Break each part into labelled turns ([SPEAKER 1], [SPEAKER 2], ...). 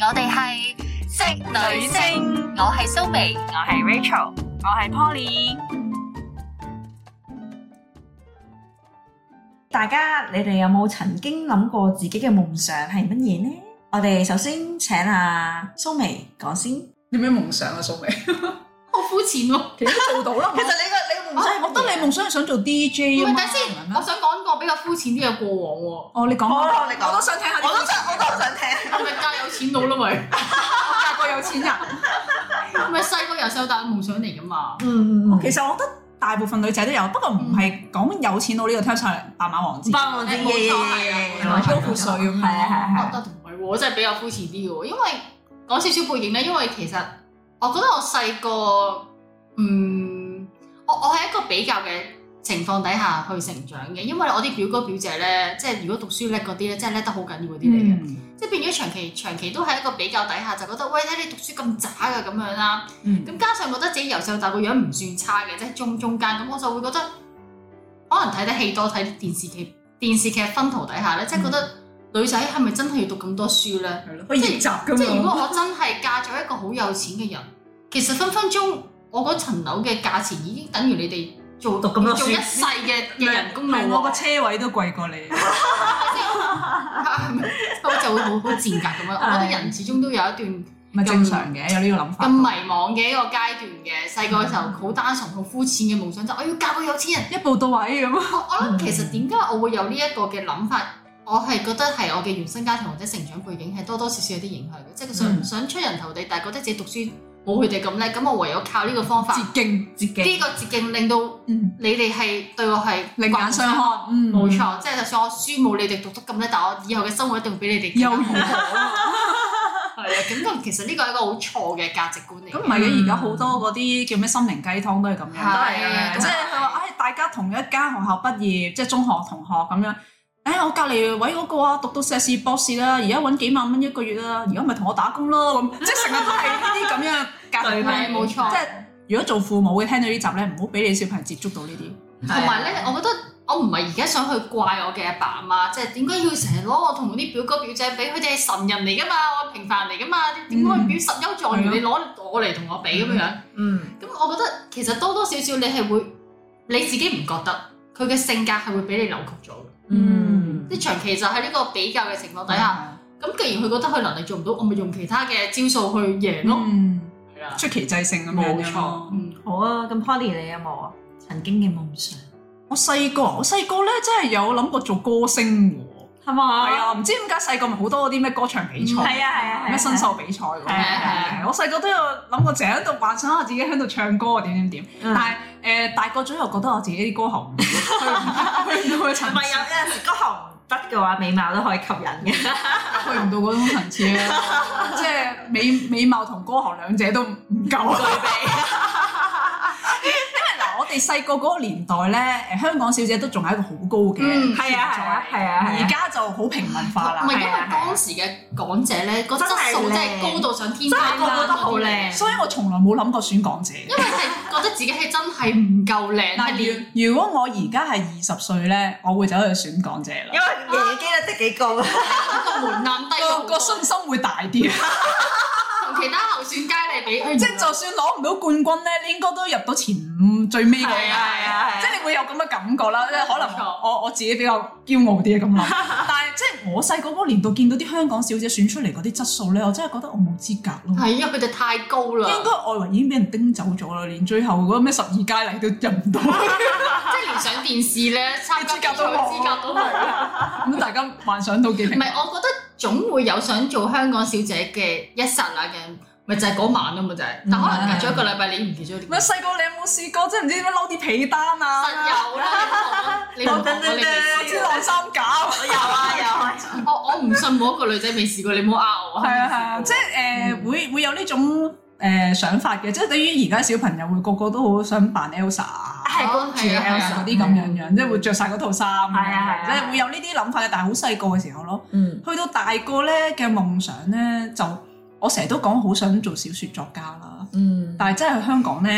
[SPEAKER 1] 我哋係職
[SPEAKER 2] 女聲
[SPEAKER 1] 我係蘇眉，
[SPEAKER 2] 我係 Rachel，我係 Poly。
[SPEAKER 3] 大家你哋有冇曾經諗過自己嘅夢想係乜嘢呢？我哋首先請阿蘇眉講先。
[SPEAKER 4] 有咩夢想啊，蘇 眉？
[SPEAKER 1] 好膚淺喎。
[SPEAKER 4] 其實都做到啦。
[SPEAKER 3] 其實你個你個
[SPEAKER 4] 我
[SPEAKER 3] 夢想係
[SPEAKER 4] 我覺得你夢想係想做 DJ
[SPEAKER 1] 唔
[SPEAKER 4] 啊
[SPEAKER 1] 係，
[SPEAKER 4] 嘛
[SPEAKER 1] 等先，我想講個比較膚淺啲嘅過往
[SPEAKER 4] 哦，你講
[SPEAKER 3] 哦
[SPEAKER 4] 啊，
[SPEAKER 3] 你講
[SPEAKER 4] 我都想聽下。
[SPEAKER 3] 我都想我都 好想聽。
[SPEAKER 1] 喎。係咪嫁有錢佬啦？咪
[SPEAKER 4] 嫁過有錢人。
[SPEAKER 1] 係咪細個由細到大嘅夢想嚟噶嘛？
[SPEAKER 3] 嗯
[SPEAKER 4] 其實我覺得大部分女仔都有，不過唔係講有錢佬呢個 term 上嚟白馬王子，
[SPEAKER 3] 霸王
[SPEAKER 1] 之夜
[SPEAKER 3] 嘢
[SPEAKER 1] 冇
[SPEAKER 4] 高
[SPEAKER 1] 錯
[SPEAKER 4] 富帥咁樣。
[SPEAKER 3] 係啊係啊係
[SPEAKER 1] 我
[SPEAKER 3] 啊
[SPEAKER 1] 覺得唔係喎，真係比較膚淺啲嘅喎。因為講少少背景咧，因為其實我覺得我細個，嗯，我我係一個比較嘅情況底下去成長嘅，因為我啲表哥表姐咧，即係如果讀書叻嗰啲咧，真係叻得好緊要嗰啲嚟嘅。
[SPEAKER 4] 嗯
[SPEAKER 1] 即係變咗長期長期都喺一個比較底下，就覺得喂睇你讀書咁渣嘅咁樣啦。
[SPEAKER 4] 嗯
[SPEAKER 1] 咁加上覺得自己由細到大個樣唔算差嘅，即係中中間咁，我就會覺得可能睇得戲多，睇電視劇電視劇分圖底下咧，即係覺
[SPEAKER 4] 嗯
[SPEAKER 1] 得女仔係咪真係要讀咁多書咧？
[SPEAKER 4] 係咯，可以逆襲咁啊
[SPEAKER 1] 即係如
[SPEAKER 4] 樣。
[SPEAKER 1] 果我真係嫁咗一個好有錢嘅人，其實分分鐘我嗰層樓嘅價錢已經等於你哋做
[SPEAKER 3] 讀咁多書
[SPEAKER 1] 做一世嘅嘅人工
[SPEAKER 4] 係
[SPEAKER 1] 咯
[SPEAKER 4] 我個
[SPEAKER 1] 喎。
[SPEAKER 4] 車位都貴過你。
[SPEAKER 1] 我就會好好賤格咁樣，我覺得人始終都有一段。
[SPEAKER 4] 咪啊正常嘅，有呢個諗法。
[SPEAKER 1] 啊咁啊迷茫嘅一個階段嘅，細個嘅時候好單純、好膚淺嘅夢想就我要嫁個有錢人。
[SPEAKER 4] 一步到位咁。啊
[SPEAKER 1] 我我諗哦其實
[SPEAKER 4] 嗯
[SPEAKER 1] 點解我會有呢一個嘅諗法，我係覺得係我嘅原生家庭或者成長背景係多多少少有啲影響嘅，即係想、
[SPEAKER 4] 嗯
[SPEAKER 1] 想出人頭地，但係覺得自己讀書冇佢哋咁叻，咁我唯有靠呢個方法，
[SPEAKER 4] 捷
[SPEAKER 1] 呢
[SPEAKER 4] 徑，捷徑，
[SPEAKER 1] 個捷徑令到
[SPEAKER 4] 嗯，
[SPEAKER 1] 你哋係對我係
[SPEAKER 4] 另眼相。看，嗯，
[SPEAKER 1] 冇，錯，即係就算我書冇你哋讀得咁叻，但係我以後嘅生活一定會比你哋
[SPEAKER 4] 又
[SPEAKER 1] 更
[SPEAKER 4] 如
[SPEAKER 1] 加好。
[SPEAKER 4] 何啊？
[SPEAKER 1] 係啊，咁就其實呢個係一個好錯嘅價值觀嚟嘅。
[SPEAKER 4] 咁唔係嘅，而家好多嗰啲叫咩心靈雞湯都係咁樣，
[SPEAKER 1] 係
[SPEAKER 4] 即係佢話，唉，大家同一間學校畢業，即係中學同學咁樣。唉，我隔離位嗰個啊，讀到碩士博士啦，而家揾幾萬蚊一個月啦，而家咪同我打工咯 咁，即係成日都係呢啲咁樣嘅價值
[SPEAKER 3] 對
[SPEAKER 4] 觀。
[SPEAKER 1] 係冇錯
[SPEAKER 4] 即。係如果做父母嘅聽到呢集咧，唔好俾你小朋友接觸到呢啲。
[SPEAKER 3] 啊
[SPEAKER 1] 同埋咧，我覺得我唔係而家想去怪我嘅阿爸阿媽，即係點解要成日攞我同啲表哥表姐比？佢哋係神人嚟噶嘛，我係平凡嚟噶嘛，點點解表十優狀元
[SPEAKER 4] 嗯
[SPEAKER 1] 你攞我嚟同我比咁樣樣？
[SPEAKER 3] 啊嗯
[SPEAKER 1] 咁我覺得其實多多少少你係會你自己唔覺得佢嘅性格係會俾你扭曲咗嘅，
[SPEAKER 3] 嗯
[SPEAKER 1] 即係長期就喺呢個比較嘅情況底下。
[SPEAKER 4] 嗯
[SPEAKER 1] 咁既然佢覺得佢能力做唔到，我咪用其他嘅招數去贏咯。
[SPEAKER 4] 嗯，
[SPEAKER 1] 係啊，
[SPEAKER 4] 出奇制勝咁樣
[SPEAKER 1] 冇
[SPEAKER 4] 樣
[SPEAKER 1] 錯
[SPEAKER 4] 咯。，
[SPEAKER 1] 嗯
[SPEAKER 3] 好啊，咁 Poly 你有冇啊？曾經嘅夢想
[SPEAKER 4] 我細個，我細個咧真係有諗過做歌星喎。
[SPEAKER 3] 係嘛
[SPEAKER 4] 係啊，唔知點解細個咪好多嗰啲咩歌唱比賽，
[SPEAKER 3] 哦係啊係啊係啊
[SPEAKER 4] 咩新秀比賽嗰啲。
[SPEAKER 3] 係啊係啊
[SPEAKER 4] 係啊我細個都有諗過，成日喺度幻想下自己喺度唱歌啊點點點。
[SPEAKER 3] 嗯
[SPEAKER 4] 但係誒大個咗又覺得我自己啲歌喉唔去唔去唔到嘅層
[SPEAKER 3] 唔係有
[SPEAKER 4] 次，
[SPEAKER 3] 有陣時歌喉唔得嘅話，美貌都可以吸引 嘅。
[SPEAKER 4] 去唔到嗰種層次啦。即係美美貌同歌喉兩者都唔夠。嗱，我哋細個嗰個年代咧，誒香港小姐都仲係一個好高嘅
[SPEAKER 1] 嗯
[SPEAKER 4] 存在，
[SPEAKER 3] 係啊係啊係啊係啊
[SPEAKER 4] 而家就好平民化啦
[SPEAKER 1] 唔係。因為
[SPEAKER 3] 係啊係啊
[SPEAKER 1] 當時嘅港姐咧，個質
[SPEAKER 3] 真係
[SPEAKER 1] 素真係
[SPEAKER 3] 靚
[SPEAKER 1] 高到上天
[SPEAKER 3] 真
[SPEAKER 1] 花
[SPEAKER 3] 係個
[SPEAKER 1] 板
[SPEAKER 3] 個都
[SPEAKER 1] 嗰
[SPEAKER 3] 好
[SPEAKER 1] 啲嚟
[SPEAKER 3] 靚，
[SPEAKER 4] 所以我從來冇諗過選港姐。
[SPEAKER 1] 因為係覺得自己係真係唔夠靚，係連
[SPEAKER 4] 嗱，如如果我而家係二十歲咧，我會走去選港姐
[SPEAKER 3] 因
[SPEAKER 4] 啦，
[SPEAKER 3] 為年紀都得幾高。
[SPEAKER 1] 個門檻低咗好
[SPEAKER 4] 個個
[SPEAKER 1] 多，
[SPEAKER 4] 信心會大啲。
[SPEAKER 1] 同其他候選佳麗比，
[SPEAKER 4] 即係就算攞唔到冠軍咧，你應該都入到前五最尾嗰個
[SPEAKER 1] 係啊係啊係啊
[SPEAKER 4] 即係你會有咁嘅感覺啦。即係可
[SPEAKER 1] 冇
[SPEAKER 4] 能
[SPEAKER 1] 錯
[SPEAKER 4] 我我自己比較驕傲啲咁 諗，但係即係我細個嗰個年度見到啲香港小姐選出嚟嗰啲質素咧，我真係覺得我冇資格咯。
[SPEAKER 1] 係啊因為佢哋太高啦，
[SPEAKER 4] 應該外圍已經俾人叮走咗啦，連最後嗰個咩十二佳麗都入 唔到，
[SPEAKER 1] 即係連上電視咧參
[SPEAKER 4] 資
[SPEAKER 1] 加
[SPEAKER 4] 格
[SPEAKER 1] 比賽
[SPEAKER 4] 都
[SPEAKER 1] 嘅
[SPEAKER 4] 冇
[SPEAKER 1] 資格都冇。
[SPEAKER 4] 咁大家幻想到幾
[SPEAKER 1] 唔
[SPEAKER 4] 平？
[SPEAKER 1] 係，我覺得總會有想做香港小姐嘅一剎那嘅，咪就係嗰晚啊嘛，就係。但可能隔咗一個禮拜，你唔記咗呢
[SPEAKER 4] 咩細個你有冇試過即係唔知點樣摟啲被單啊？
[SPEAKER 1] 實有啦，你冇講我你未
[SPEAKER 4] 知
[SPEAKER 1] 試
[SPEAKER 4] 晾衫架。
[SPEAKER 3] 我有啊有啊，
[SPEAKER 1] 過。我我唔信冇一個女仔未試過，你唔好呃我。
[SPEAKER 4] 係啊係啊，即係
[SPEAKER 1] 嗯
[SPEAKER 4] 誒會會有呢種誒想法嘅，即係對於而家小朋友會個個都好想扮 Elsa 啊
[SPEAKER 3] 係公主
[SPEAKER 1] 係啊係啊
[SPEAKER 3] Elsa
[SPEAKER 4] 嗰啲咁樣樣，即係會着晒嗰套衫咁樣，
[SPEAKER 3] 係啊係啊
[SPEAKER 4] 即係會有呢啲諗法嘅，但係好細個嘅時候咯。
[SPEAKER 3] 嗯
[SPEAKER 4] 去到大個咧嘅夢想咧，就我成日都講好想做小説作家啦，
[SPEAKER 3] 嗯，
[SPEAKER 4] 但係真係去香港咧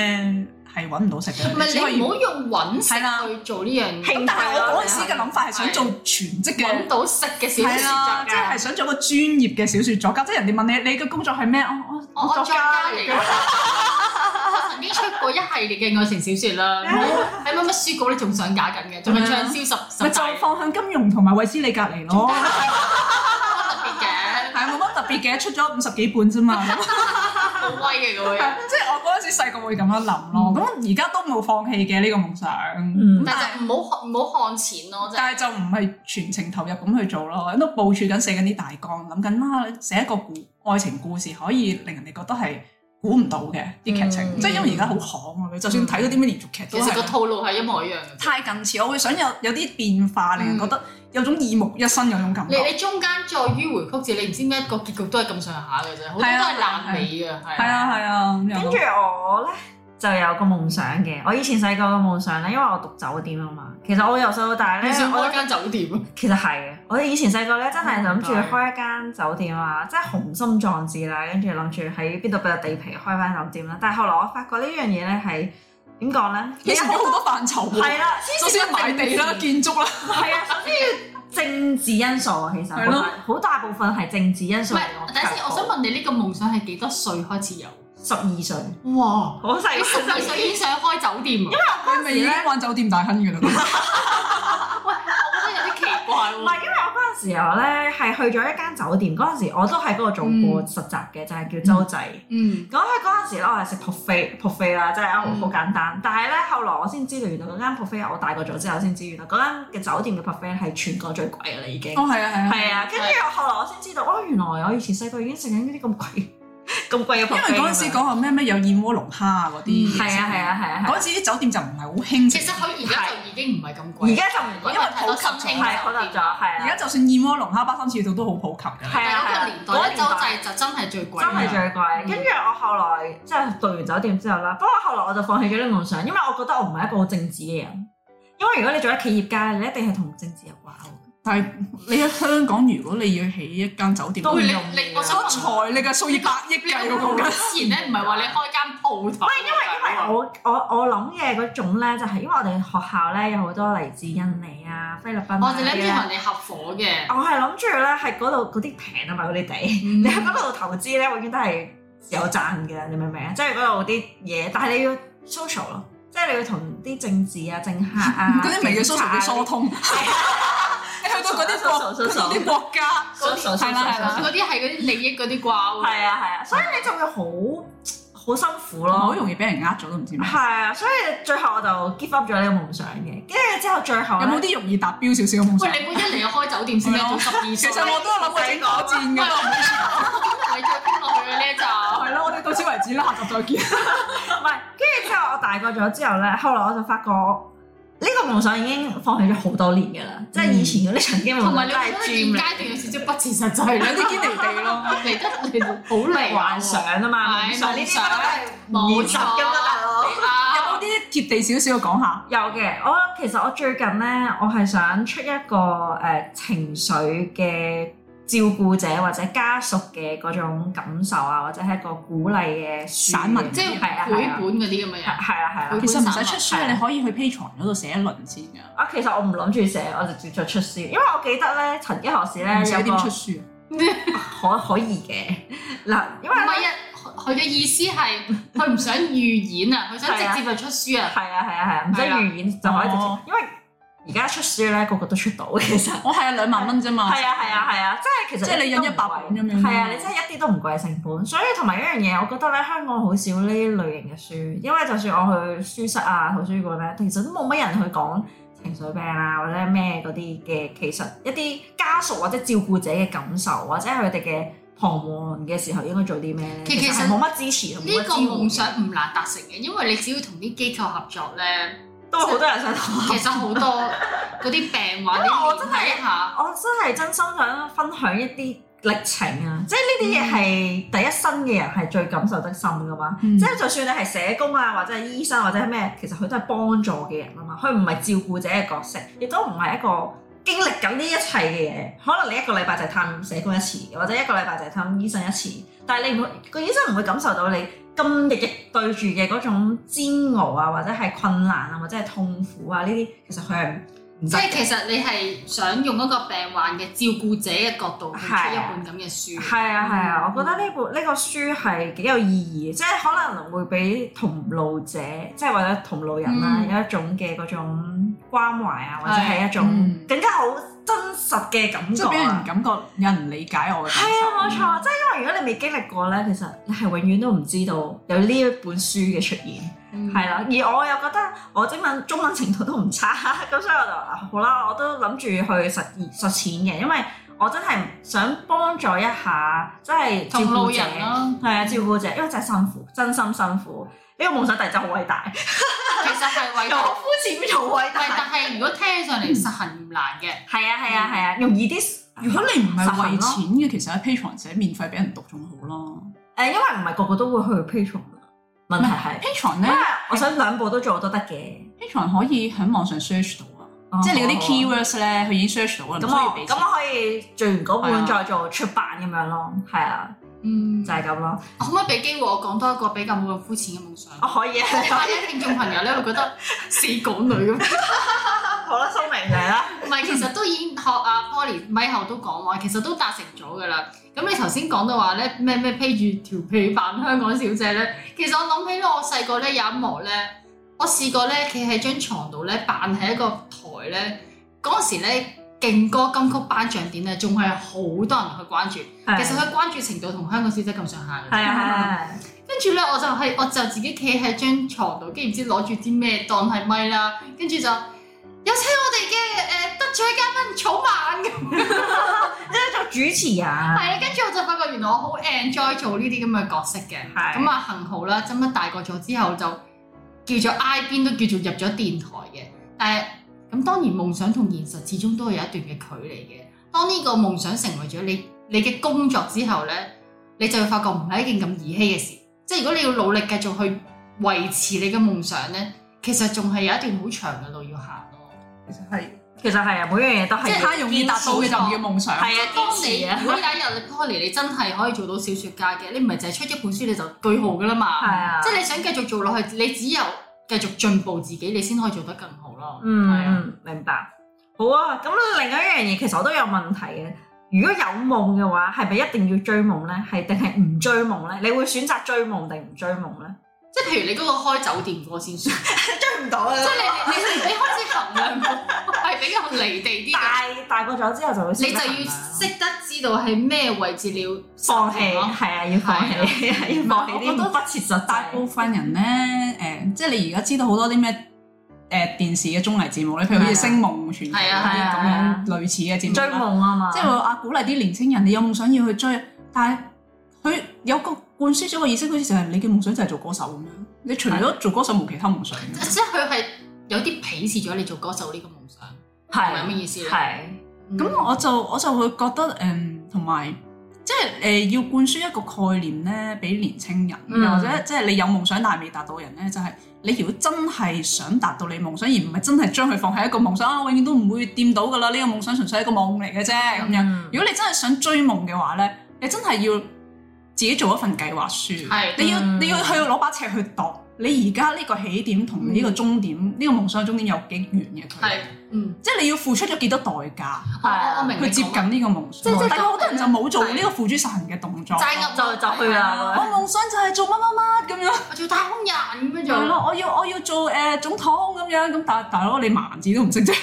[SPEAKER 4] 係揾唔到食嘅。
[SPEAKER 1] 唔係你唔
[SPEAKER 4] 好。
[SPEAKER 1] 好用揾
[SPEAKER 4] 係啦
[SPEAKER 1] 食去做呢樣嘢，
[SPEAKER 4] 咁
[SPEAKER 1] 咁
[SPEAKER 4] 但係我嗰陣時嘅
[SPEAKER 1] 嘅
[SPEAKER 4] 諗法係想做全職嘅。
[SPEAKER 1] 揾到食啊嘅小説
[SPEAKER 4] 係啦，
[SPEAKER 1] 作
[SPEAKER 4] 即係
[SPEAKER 1] 家，
[SPEAKER 4] 想做個專業嘅小説作家，即係人哋問你你嘅工作係咩？哦我
[SPEAKER 1] 我哦我作家嚟嘅。我曾經出過一系列嘅愛情小 説啦，喺乜乜書稿你仲上架緊嘅，仲係暢銷十
[SPEAKER 4] 啊咪
[SPEAKER 1] 十
[SPEAKER 4] 就
[SPEAKER 1] 大，
[SPEAKER 4] 放向金融同埋衛斯理隔離 咯，
[SPEAKER 1] 特別嘅，
[SPEAKER 4] 係冇啊乜特別嘅，出咗五十幾本啫嘛。
[SPEAKER 1] 好威嘅嗰樣。
[SPEAKER 4] 即係我嗰陣時細個會咁樣諗咯，咁而家都冇放棄嘅呢個夢想。
[SPEAKER 3] 嗯
[SPEAKER 4] 咁但係
[SPEAKER 1] 但就唔好唔好看錢 咯，即係
[SPEAKER 4] 但係就唔係全程投入咁去做咯，喺度部署緊寫緊啲大綱，諗緊啦寫一個故愛情故事可以令人哋覺得係估唔到嘅啲劇情，
[SPEAKER 1] 嗯
[SPEAKER 4] 即係因為而家好行啊！你就算睇嗰啲咩連續劇都
[SPEAKER 1] 其實個嗯
[SPEAKER 4] 係啊
[SPEAKER 1] 套路係一模一樣嘅。
[SPEAKER 4] 太近似，我會想有有啲變化，令人覺得有種耳目一新嗰種感
[SPEAKER 1] 你
[SPEAKER 4] 覺。
[SPEAKER 1] 你中間再迂回曲折，你唔知咩個結局都係咁上下嘅啫，好多都
[SPEAKER 4] 係啊
[SPEAKER 1] 係爛尾嘅，係
[SPEAKER 4] 係啊係啊，咁樣
[SPEAKER 3] 跟
[SPEAKER 4] 咯
[SPEAKER 3] 住我咧就有個夢想嘅，我以前細個嘅夢想咧，因為我讀酒店啊嘛，其實我由細到大咧，
[SPEAKER 1] 你想
[SPEAKER 3] 我
[SPEAKER 1] 開間酒店啊？
[SPEAKER 3] 其實係嘅，我以前細個咧真
[SPEAKER 1] 哦
[SPEAKER 3] 係諗住開一間酒店啊，真係雄心壯志啦，跟住諗住喺邊度俾個地皮開翻酒店啦，但係後來我發覺呢樣嘢咧係點講咧，
[SPEAKER 4] 其實有好多範疇喎，
[SPEAKER 3] 係啊啦，
[SPEAKER 4] 首先買地啦、建築啦，
[SPEAKER 3] 係啊，首先要政治因素啊，其實
[SPEAKER 4] 係咯
[SPEAKER 3] 好大部分係政治因
[SPEAKER 1] 唔
[SPEAKER 3] 素嚟
[SPEAKER 1] 係，
[SPEAKER 3] 我發覺。
[SPEAKER 1] 等陣先，我想問你呢個夢想係幾多歲開始有？
[SPEAKER 3] 十二歲，
[SPEAKER 1] 哇！
[SPEAKER 3] 好細
[SPEAKER 1] 你
[SPEAKER 3] 個
[SPEAKER 1] 十二歲已經想開酒店啊？因為
[SPEAKER 4] 你咪已經玩酒店大亨嘅啦。
[SPEAKER 1] 我覺得有啲奇怪
[SPEAKER 3] 唔
[SPEAKER 1] 喎。
[SPEAKER 3] 係，因為我嗰陣時候咧係去咗一間酒店，嗰陣時我都喺嗰度做過
[SPEAKER 1] 嗯
[SPEAKER 3] 實習嘅，就係叫洲際。
[SPEAKER 1] 嗯，
[SPEAKER 3] 咁喺嗰陣時咧，我係食 buffet buffet 啦，即係好
[SPEAKER 1] 嗯
[SPEAKER 3] 好簡單。但係咧，後來我先知道，原來嗰間 buffet 我大個咗之後先知，原來嗰間嘅酒店嘅 buffet 係全港最貴嘅啦，已經
[SPEAKER 4] 哦。係啊係啊，
[SPEAKER 3] 係啊，跟住我後來我先知道，哦，原來我以前細個已經食緊呢啲咁貴、咁貴嘅 buffet
[SPEAKER 4] 因。為嗰陣時講話咩咩有燕窩龍蝦嗰啲嘢食。
[SPEAKER 3] 係啊係啊係啊係啊，
[SPEAKER 4] 嗰陣時啲酒店就唔係好興，
[SPEAKER 1] 其實佢而家就已經唔係咁貴，
[SPEAKER 3] 而家就唔
[SPEAKER 1] 因為
[SPEAKER 3] 因為
[SPEAKER 1] 太多新興
[SPEAKER 3] 係普及咗，
[SPEAKER 1] 酒
[SPEAKER 3] 係
[SPEAKER 1] 店。
[SPEAKER 4] 而
[SPEAKER 3] 啊
[SPEAKER 4] 家，就算燕窩龍蝦八三次到都好普及嘅。
[SPEAKER 3] 係啊係
[SPEAKER 1] 但
[SPEAKER 3] 啊嗰
[SPEAKER 1] 係嗰，個年代咧，洲際就真係
[SPEAKER 4] 啊
[SPEAKER 1] 最貴
[SPEAKER 3] 真
[SPEAKER 1] 啦。
[SPEAKER 3] 係最貴。
[SPEAKER 4] 嗯
[SPEAKER 3] 跟住我後來即係讀完酒店之後啦，不過後來我就放棄咗呢個夢想，因為我覺得我唔係一個好政治嘅人。因為如果你做咗企業家，你一定係同政治有掛鈎。
[SPEAKER 4] 但係你喺香港，如果你要起一間酒店，
[SPEAKER 1] 喂
[SPEAKER 4] 嗰
[SPEAKER 1] 你你，我想
[SPEAKER 4] 個
[SPEAKER 1] 問，
[SPEAKER 4] 財力嘅數以百億
[SPEAKER 1] 你
[SPEAKER 4] 計
[SPEAKER 1] 有
[SPEAKER 4] 嗰
[SPEAKER 1] 冇
[SPEAKER 4] 個㗎。
[SPEAKER 1] 之前咧唔係話你開間鋪頭？因為
[SPEAKER 4] 啊
[SPEAKER 3] 因為我我我諗嘅嗰種咧，就係因為我哋學校咧有好多嚟自印尼啊、菲律賓啊
[SPEAKER 4] 哦
[SPEAKER 1] 我哋
[SPEAKER 3] 嗰啲
[SPEAKER 1] 哦諗住同
[SPEAKER 3] 咧
[SPEAKER 1] 人哋合伙嘅。
[SPEAKER 3] 我係諗住咧係嗰度嗰啲平啊嘛，嗰啲 地。
[SPEAKER 1] 嗯
[SPEAKER 3] 你喺嗰度投資咧，永遠都係有賺嘅，你明唔明啊？即係嗰度啲嘢，但係你要 social 咯，即係你要同啲政治啊、政客啊、
[SPEAKER 4] 嗰啲咪叫
[SPEAKER 3] 警
[SPEAKER 4] social
[SPEAKER 3] 察啊
[SPEAKER 4] 叫疏通，你去到嗰啲國
[SPEAKER 3] social- social-
[SPEAKER 4] 嗰啲國家，
[SPEAKER 3] social- social-
[SPEAKER 4] 係啦係啦，
[SPEAKER 1] 嗰啲係嗰啲利益嗰啲掛鈎。
[SPEAKER 3] 係啊係啊，所以你就會好好辛苦
[SPEAKER 4] 好
[SPEAKER 3] 咯。
[SPEAKER 4] 容易俾人呃咗都唔知咩。
[SPEAKER 3] 係啊，所以最後我就 give up 咗呢個夢想嘅。跟住之後最後
[SPEAKER 4] 有
[SPEAKER 3] 咧
[SPEAKER 4] 冇啲容易達標少少嘅夢想？
[SPEAKER 1] 喂，你本一嚟就開酒店先啦，
[SPEAKER 4] 係
[SPEAKER 1] 做
[SPEAKER 4] 咯
[SPEAKER 1] 十二
[SPEAKER 4] 其
[SPEAKER 1] 歲
[SPEAKER 4] 實。啊我都有諗過整火箭
[SPEAKER 1] 喂，
[SPEAKER 4] 㗎。
[SPEAKER 1] 我唔想同你再傾落去嘅呢一集。
[SPEAKER 4] 係咯，我哋到此為止啦，下集再見。
[SPEAKER 3] 唔係，跟住之後我大個咗之後咧，後來我就發覺呢個夢想已經放棄咗好多年㗎啦，
[SPEAKER 4] 嗯
[SPEAKER 3] 即係以前嗰啲曾經夢想
[SPEAKER 1] 同埋你
[SPEAKER 3] 真係
[SPEAKER 1] 覺得
[SPEAKER 3] 嗯
[SPEAKER 1] 現
[SPEAKER 3] dream 嚟
[SPEAKER 1] 階段有少少不切實際 啦，
[SPEAKER 4] 有啲堅尼地咯，
[SPEAKER 1] 嚟得你好離喎
[SPEAKER 3] 幻想啊嘛，夢
[SPEAKER 1] 係
[SPEAKER 3] 想呢啲都係
[SPEAKER 1] 冇
[SPEAKER 3] 現實㗎
[SPEAKER 1] 錯
[SPEAKER 3] 嘛，大佬。
[SPEAKER 4] 有
[SPEAKER 1] 啊
[SPEAKER 4] 冇啲貼地少少嘅講下？
[SPEAKER 3] 有嘅，我其實我最近咧，我係想出一個誒、呃情緒嘅照顧者或者家屬嘅嗰種感受啊，或者係一個鼓勵嘅書
[SPEAKER 4] 散文
[SPEAKER 1] 即係
[SPEAKER 3] 係啊
[SPEAKER 1] 繪
[SPEAKER 3] 係啊
[SPEAKER 1] 本嗰啲咁嘅
[SPEAKER 3] 係
[SPEAKER 1] 嘢。
[SPEAKER 3] 係啊係啊
[SPEAKER 1] 佢。
[SPEAKER 4] 其實唔使出
[SPEAKER 3] 係
[SPEAKER 4] 書，
[SPEAKER 3] 啊
[SPEAKER 4] 你可以去 P 床嗰度寫一輪先㗎。
[SPEAKER 3] 啊，其實我唔諗住寫，我就直接出書，因為我記得咧，曾經何時咧
[SPEAKER 4] 唔使
[SPEAKER 3] 有個
[SPEAKER 4] 點出書啊？
[SPEAKER 3] 可可以嘅嗱，因為
[SPEAKER 1] 唔係啊，佢佢嘅意思係佢唔想預演啊，佢想直接就出書啊。
[SPEAKER 3] 係啊係啊係啊，唔使
[SPEAKER 1] 係啦
[SPEAKER 3] 預演就可以直接
[SPEAKER 4] 哦，
[SPEAKER 3] 因為而家出書咧個個都出到嘅其實。
[SPEAKER 4] 我係啊，兩萬蚊啫嘛。
[SPEAKER 3] 係啊係啊係啊，即係其實
[SPEAKER 4] 即係你印一百本咁樣
[SPEAKER 3] 係啊，你真係一啲都唔貴成本。所以同埋一樣嘢，我覺得咧香港好少呢類型嘅書，因為就算我去書室啊、圖書館咧，其實都冇乜人去講情緒病啊或者咩嗰啲嘅，其實一啲家屬或者照顧者嘅感受，或者佢哋嘅彷徨嘅時候應該做啲咩咧？
[SPEAKER 1] 其
[SPEAKER 3] 其實
[SPEAKER 1] 其實
[SPEAKER 3] 係冇乜支持同
[SPEAKER 1] 呢
[SPEAKER 3] 冇乜
[SPEAKER 1] 個
[SPEAKER 3] 支援
[SPEAKER 1] 夢想唔難達成嘅，因為你只要同啲機構合作 咧，
[SPEAKER 3] 都有好多人想同我
[SPEAKER 1] 其實好多嗰啲病患
[SPEAKER 3] 因為
[SPEAKER 1] 你
[SPEAKER 3] 我
[SPEAKER 1] 聯繫一下，
[SPEAKER 3] 我真係真心想分享一啲歷程啊！即係呢啲嘢係第一身嘅人係最感受得深噶嘛。
[SPEAKER 4] 嗯
[SPEAKER 3] 即係就算你係社工啊，或者係醫生或者係咩，其實佢都係幫助嘅人啊嘛。佢唔係照顧者嘅角色，亦都唔係一個經歷緊呢一切嘅嘢。可能你一個禮拜就係探社工一次，或者一個禮拜就係探醫生一次，但係你唔會個醫生唔會感受到你咁日日對住嘅嗰種煎熬啊，或者係困難啊，或者係痛苦啊，呢啲其實佢係唔
[SPEAKER 1] 即
[SPEAKER 3] 得
[SPEAKER 1] 係其實你係想用一個病患嘅照顧者嘅角度去出一本咁嘅書，
[SPEAKER 3] 係啊係啊，我覺得呢部呢、個書係幾有意義，即係可能會俾同路者，即係或者同路人啦、
[SPEAKER 1] 嗯
[SPEAKER 3] 有一種嘅嗰種關懷啊，或者係一種
[SPEAKER 4] 嗯
[SPEAKER 3] 更加好真實嘅感
[SPEAKER 4] 即
[SPEAKER 3] 覺
[SPEAKER 4] 係俾人
[SPEAKER 3] 啊。
[SPEAKER 4] 感覺有人理解我嘅
[SPEAKER 3] 係
[SPEAKER 4] 感受。
[SPEAKER 3] 啊，冇錯，即係因為如果你未經歷過咧，其實你係永遠都唔知道有呢一本書嘅出現。
[SPEAKER 1] 嗯
[SPEAKER 3] 係啦，而我又覺得我中文中文程度都唔差， 咁所以我就啊好啦，我都諗住去實現實踐嘅，因為我真係想幫助一下，即係照
[SPEAKER 1] 同路
[SPEAKER 3] 顧者，
[SPEAKER 1] 人啦，
[SPEAKER 3] 係啊，照顧者，因為真係辛苦，真心辛苦。呢個夢想突然真係好偉大，
[SPEAKER 1] 其實係為
[SPEAKER 3] 由我
[SPEAKER 1] 咗，
[SPEAKER 3] 膚淺變做偉
[SPEAKER 1] 但係
[SPEAKER 3] 大。
[SPEAKER 1] 但係如果聽起上嚟實行唔難嘅，
[SPEAKER 3] 係啊係啊係啊，容易啲。
[SPEAKER 4] 嗯如果你唔係為
[SPEAKER 3] 實行
[SPEAKER 4] 錢嘅，其實喺 Patreon 寫免費俾人讀仲好咯。
[SPEAKER 3] 誒，因為唔係個個都會去 Patreon 啦。問題係，啊
[SPEAKER 4] Patreon
[SPEAKER 3] 因
[SPEAKER 4] 咧
[SPEAKER 3] 為我想兩步都做都得嘅，
[SPEAKER 4] ，Patreon 可以喺網上 search 到啊，即係你嗰啲 keywords 咧，佢已經 search 到啦，
[SPEAKER 3] 咁
[SPEAKER 4] 唔需要
[SPEAKER 3] 我
[SPEAKER 4] 俾
[SPEAKER 3] 哦咁
[SPEAKER 4] 錢。
[SPEAKER 3] 我可以做完嗰
[SPEAKER 4] 係
[SPEAKER 3] 本
[SPEAKER 4] 啊
[SPEAKER 3] 再做出版咁樣咯，係啊，
[SPEAKER 1] 嗯
[SPEAKER 3] 就係咁咯。
[SPEAKER 1] 可唔可以俾機會我講多一個比較冇咁膚淺嘅 夢想？
[SPEAKER 3] 我可以啊，
[SPEAKER 1] 我怕啲聽眾朋友咧會覺 得死港女咁。
[SPEAKER 3] 好啦，收明你啦。
[SPEAKER 1] 唔係，其實都已經學阿 Poly 咪後都講話，其實都達成咗㗎啦。咁你頭先講到話咧，咩咩披住條被扮香港小姐咧，其實我諗起咧，我細個咧有一幕咧，我試過咧企喺張床度咧扮係一個台咧，嗰陣時咧勁歌金曲頒獎典咧，仲係好多人去關注。其實佢關注程度同香港小姐咁上下嘅。
[SPEAKER 3] 係啊
[SPEAKER 1] 跟住咧，我就係、我就自己企喺張床度，跟住唔知攞住啲咩當係咪啦，跟住就有請我哋嘅誒得獎嘉賓草蜢
[SPEAKER 3] 係係，做
[SPEAKER 1] 咁。
[SPEAKER 3] 主持啊人
[SPEAKER 1] 係啦，跟住我就發覺原來我好 enjoy 做呢啲咁嘅角色嘅。
[SPEAKER 3] 係
[SPEAKER 1] 咁啊，幸好啦，咁啊大個咗之後就叫做 I 邊都叫做入咗電台嘅。但係咁當然夢想同現實始終都係有一段嘅距離嘅。當呢個夢想成為咗你你嘅工作之後咧，你就會發覺唔係一件咁兒戲嘅事。即係如果你要努力繼續去維持你嘅夢想咧，其實仲係有一段好長嘅路要行咯。
[SPEAKER 4] 其實係
[SPEAKER 3] 其實係啊，每樣嘢都係
[SPEAKER 1] 即係
[SPEAKER 4] 太容易達到嘅就唔叫夢想。
[SPEAKER 3] 係啊，
[SPEAKER 1] 當
[SPEAKER 3] 堅
[SPEAKER 1] 你
[SPEAKER 3] 持啊，
[SPEAKER 1] 如果有一日你 Poly 你真係可以做到小説家嘅，你唔係淨係出一本書你就句號噶啦
[SPEAKER 3] 係
[SPEAKER 1] 嘛。
[SPEAKER 3] 啊，
[SPEAKER 1] 即係你想繼續做落去，你只有繼續進步自己，你先可以做得更好咯。係啊，
[SPEAKER 3] 嗯嗯，明白。好啊，咁另外一樣嘢其實我都有問題嘅。如果有夢嘅話，係咪一定要追夢咧？係定係唔追夢咧？你會選擇追夢定唔追夢咧？
[SPEAKER 1] 即係譬如你嗰個開酒店嗰個 先算，
[SPEAKER 3] 追唔到啊
[SPEAKER 1] 即係你你你你開始衡量係比較離地啲嘅，
[SPEAKER 3] 大大個咗之後就會識
[SPEAKER 1] 你
[SPEAKER 3] 得
[SPEAKER 1] 就要
[SPEAKER 3] 行啦
[SPEAKER 1] 識得知道係咩位置你要
[SPEAKER 3] 放
[SPEAKER 1] 失衡
[SPEAKER 3] 棄，
[SPEAKER 1] 咯
[SPEAKER 3] 係啊，要放
[SPEAKER 1] 係啊
[SPEAKER 3] 棄，係 要放棄
[SPEAKER 4] 唔係我覺
[SPEAKER 3] 啲
[SPEAKER 4] 得
[SPEAKER 3] 不切實
[SPEAKER 4] 大
[SPEAKER 3] 際
[SPEAKER 4] 部。分人咧，誒、即係你而家知道好多啲咩誒電視嘅綜藝節目咧，譬如好似《星夢傳奇》
[SPEAKER 1] 係
[SPEAKER 4] 嗰
[SPEAKER 1] 啊
[SPEAKER 3] 啊係
[SPEAKER 4] 啲咁
[SPEAKER 3] 啊
[SPEAKER 4] 樣類似嘅節目
[SPEAKER 3] 追
[SPEAKER 4] 啦
[SPEAKER 3] 夢啊嘛，
[SPEAKER 4] 即係話啊鼓勵啲年青人，你有夢想要去追，但係佢有個灌輸咗個意識，好似就係你嘅夢想就係做歌手咁樣，你除咗做歌手冇其他夢想嘅。
[SPEAKER 1] 即係佢係有啲鄙視咗你做歌手呢個夢想，係咪咁嘅
[SPEAKER 3] 係
[SPEAKER 1] 意思咧？
[SPEAKER 3] 係。
[SPEAKER 1] 嗯
[SPEAKER 4] 咁我就我就會覺得誒，嗯同、埋即係誒、呃要灌輸一個概念咧，俾年青人，
[SPEAKER 3] 嗯
[SPEAKER 4] 又或者即係你有夢想但係未達到嘅人咧，就係、你如果真係想達到你夢想，而唔係真係將佢放喺一個夢想啊，永遠都唔會掂到噶啦，呢、個夢想純粹係一個夢嚟嘅啫咁樣。
[SPEAKER 3] 嗯
[SPEAKER 4] 如果你真係想追夢嘅話咧，你真係要自己做一份計劃書，
[SPEAKER 1] 係
[SPEAKER 4] 你要
[SPEAKER 3] 嗯
[SPEAKER 4] 你要去攞把尺去度，你而家呢個起點同你呢個終點，呢、個夢想嘅終點有幾遠嘅佢，
[SPEAKER 1] 係嗯，
[SPEAKER 4] 即係你要付出咗幾多代價。
[SPEAKER 1] 我
[SPEAKER 3] 啊
[SPEAKER 1] 我我明你
[SPEAKER 4] 去接
[SPEAKER 1] 講乜
[SPEAKER 4] 近呢個夢
[SPEAKER 1] 即
[SPEAKER 4] 想
[SPEAKER 1] 係即係，
[SPEAKER 4] 但係好多人就冇做呢
[SPEAKER 1] 係
[SPEAKER 4] 個付諸實行嘅動作。
[SPEAKER 1] 齋噏
[SPEAKER 3] 就就去啊啦
[SPEAKER 4] 我夢想就係做乜啊乜乜咁樣，
[SPEAKER 1] 我做太空人咁樣
[SPEAKER 4] 係
[SPEAKER 1] 做，
[SPEAKER 4] 咯，我要我要做誒總統咁樣，咁但係大佬你盲字都唔識啫，